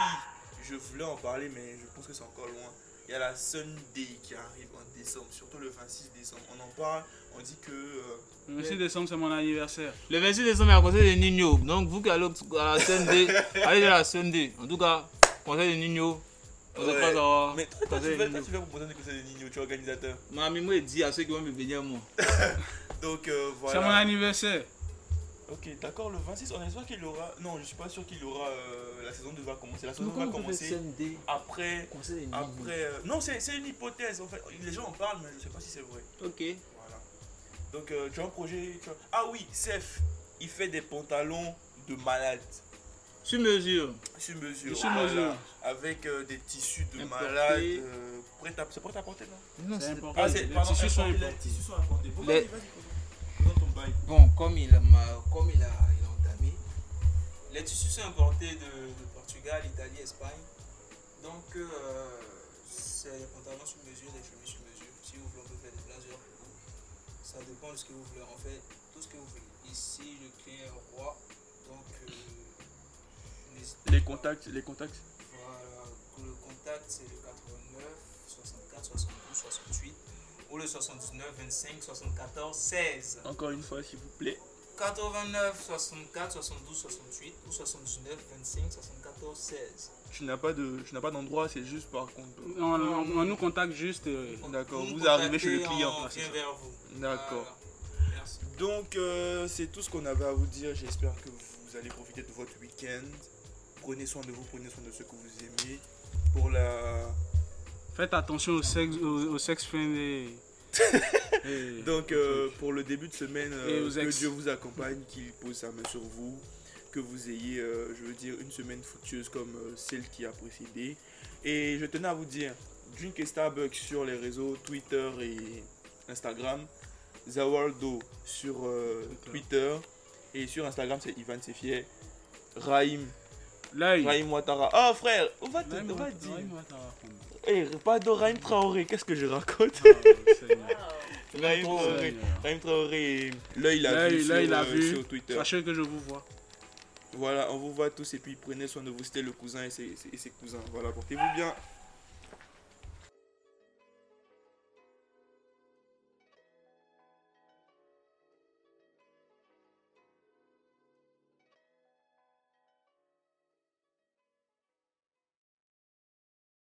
S1: je voulais en parler, mais je pense que c'est encore loin. Il y a la Sunday qui arrive en décembre, surtout le 26 décembre. On en parle, on dit que. euh,
S6: Le 26 décembre, c'est mon anniversaire.
S5: Le 26 décembre est à conseil de Nino. Donc, vous qui allez au- à la CND, allez à la CND. En tout cas, conseil de Nino, vous n'êtes
S1: Ouais.
S5: pas à.
S1: Mais toi, toi, tu
S5: Conseil de
S1: veux, toi,
S5: Nino.
S1: tu veux proposer des conseils de Nino, tu es organisateur.
S5: Ma mimo est dit à ceux qui vont me venir, moi.
S1: Donc euh,
S6: C'est mon
S1: voilà. Ah,
S6: anniversaire.
S1: Ok, d'accord, le 26, on espère qu'il aura. Non, je suis pas sûr qu'il aura. euh, la saison 2 va commencer. La saison 2 va commencer
S5: CND
S1: après.
S5: Conseil de
S1: après euh, Non, c'est c'est une hypothèse en fait. Les gens en parlent, mais je sais pas si c'est vrai.
S5: Ok.
S1: Voilà. Donc euh, tu as un projet. tu as- Ah oui, Seth, il fait des pantalons de malade.
S5: Sur mesure.
S1: Sur mesure.
S6: Sur
S1: voilà.
S6: mesure.
S1: Avec euh, des tissus de
S5: Importé.
S1: malade. euh, prêt à- C'est prêt à porter, non
S6: C'est important.
S1: Ah, c'est
S6: Les
S1: pardon,
S6: tissus sont
S1: importé,
S6: importants.
S1: Les tissus sont importés. Pourquoi
S5: Les-
S1: il va dans ton bail
S4: Bon, comme il m'a, comme il a, il a entamé, les tissus sont importés de, de Portugal, Italie, Espagne. Donc, euh, c'est des pantalons sur mesure, des chemises sur mesure. Si vous voulez, on peut faire des blazers. pour vous. Ça dépend de ce que vous voulez. En fait, tout ce que vous voulez. Ici, le clé est roi. Donc, euh, n'hésitez
S17: Les contacts, les contacts.
S4: voilà, le contact c'est le 89 64 72 68. ou le 79 25 74 16.
S1: Encore une fois, s'il vous plaît.
S4: 89 64 72 68 ou 79 25 74 16.
S1: Tu n'as pas de, tu n'as pas d'endroit, c'est juste par contre.
S3: On, on, on nous contacte juste. euh,
S1: D'accord,
S4: Vous
S1: vous
S4: contactez,
S1: arrivez chez le client.
S4: On
S1: Ah, c'est
S4: vient
S1: ça.
S4: vers vous.
S1: D'accord. Donc, euh, c'est tout ce qu'on avait à vous dire. J'espère que vous allez profiter de votre week-end. Prenez soin de vous, prenez soin de ceux que vous aimez. Pour la.
S3: Faites attention au sexe, Eh, au, au sex friend et. et-
S1: Donc, euh, pour le début de semaine, euh,
S3: Et aux
S1: que
S3: ex.
S1: Dieu vous accompagne, qu'il pose sa main sur vous, que vous ayez, euh, je veux dire, une semaine fructueuse comme euh, celle qui a précédé. Et je tenais à vous dire, Drink et Starbucks sur les réseaux Twitter et Instagram, Zawaldo sur euh, Twitter, et sur Instagram c'est Ivan Sefier, Raïm,
S3: L'œil.
S1: Raïm Ouattara. Oh frère, on va te
S3: L'œil,
S1: on va
S3: moi,
S1: te dire.
S3: l'œil, moi, ça va prendre.
S1: Eh, pas de Raïm Traoré, qu'est-ce que je raconte
S3: Ah, Seigneur.
S1: Raïm Traoré.
S3: Seigneur.
S1: Raïm Traoré, l'œil l'a
S3: L'œil,
S1: vu,
S3: l'œil
S1: sur,
S3: l'a
S1: euh,
S3: vu.
S1: sur Twitter.
S3: Sachez que je vous vois.
S1: Voilà, on vous voit tous et puis prenez soin de vous. C'était le cousin et ses, et ses cousins. Voilà, portez-vous bien.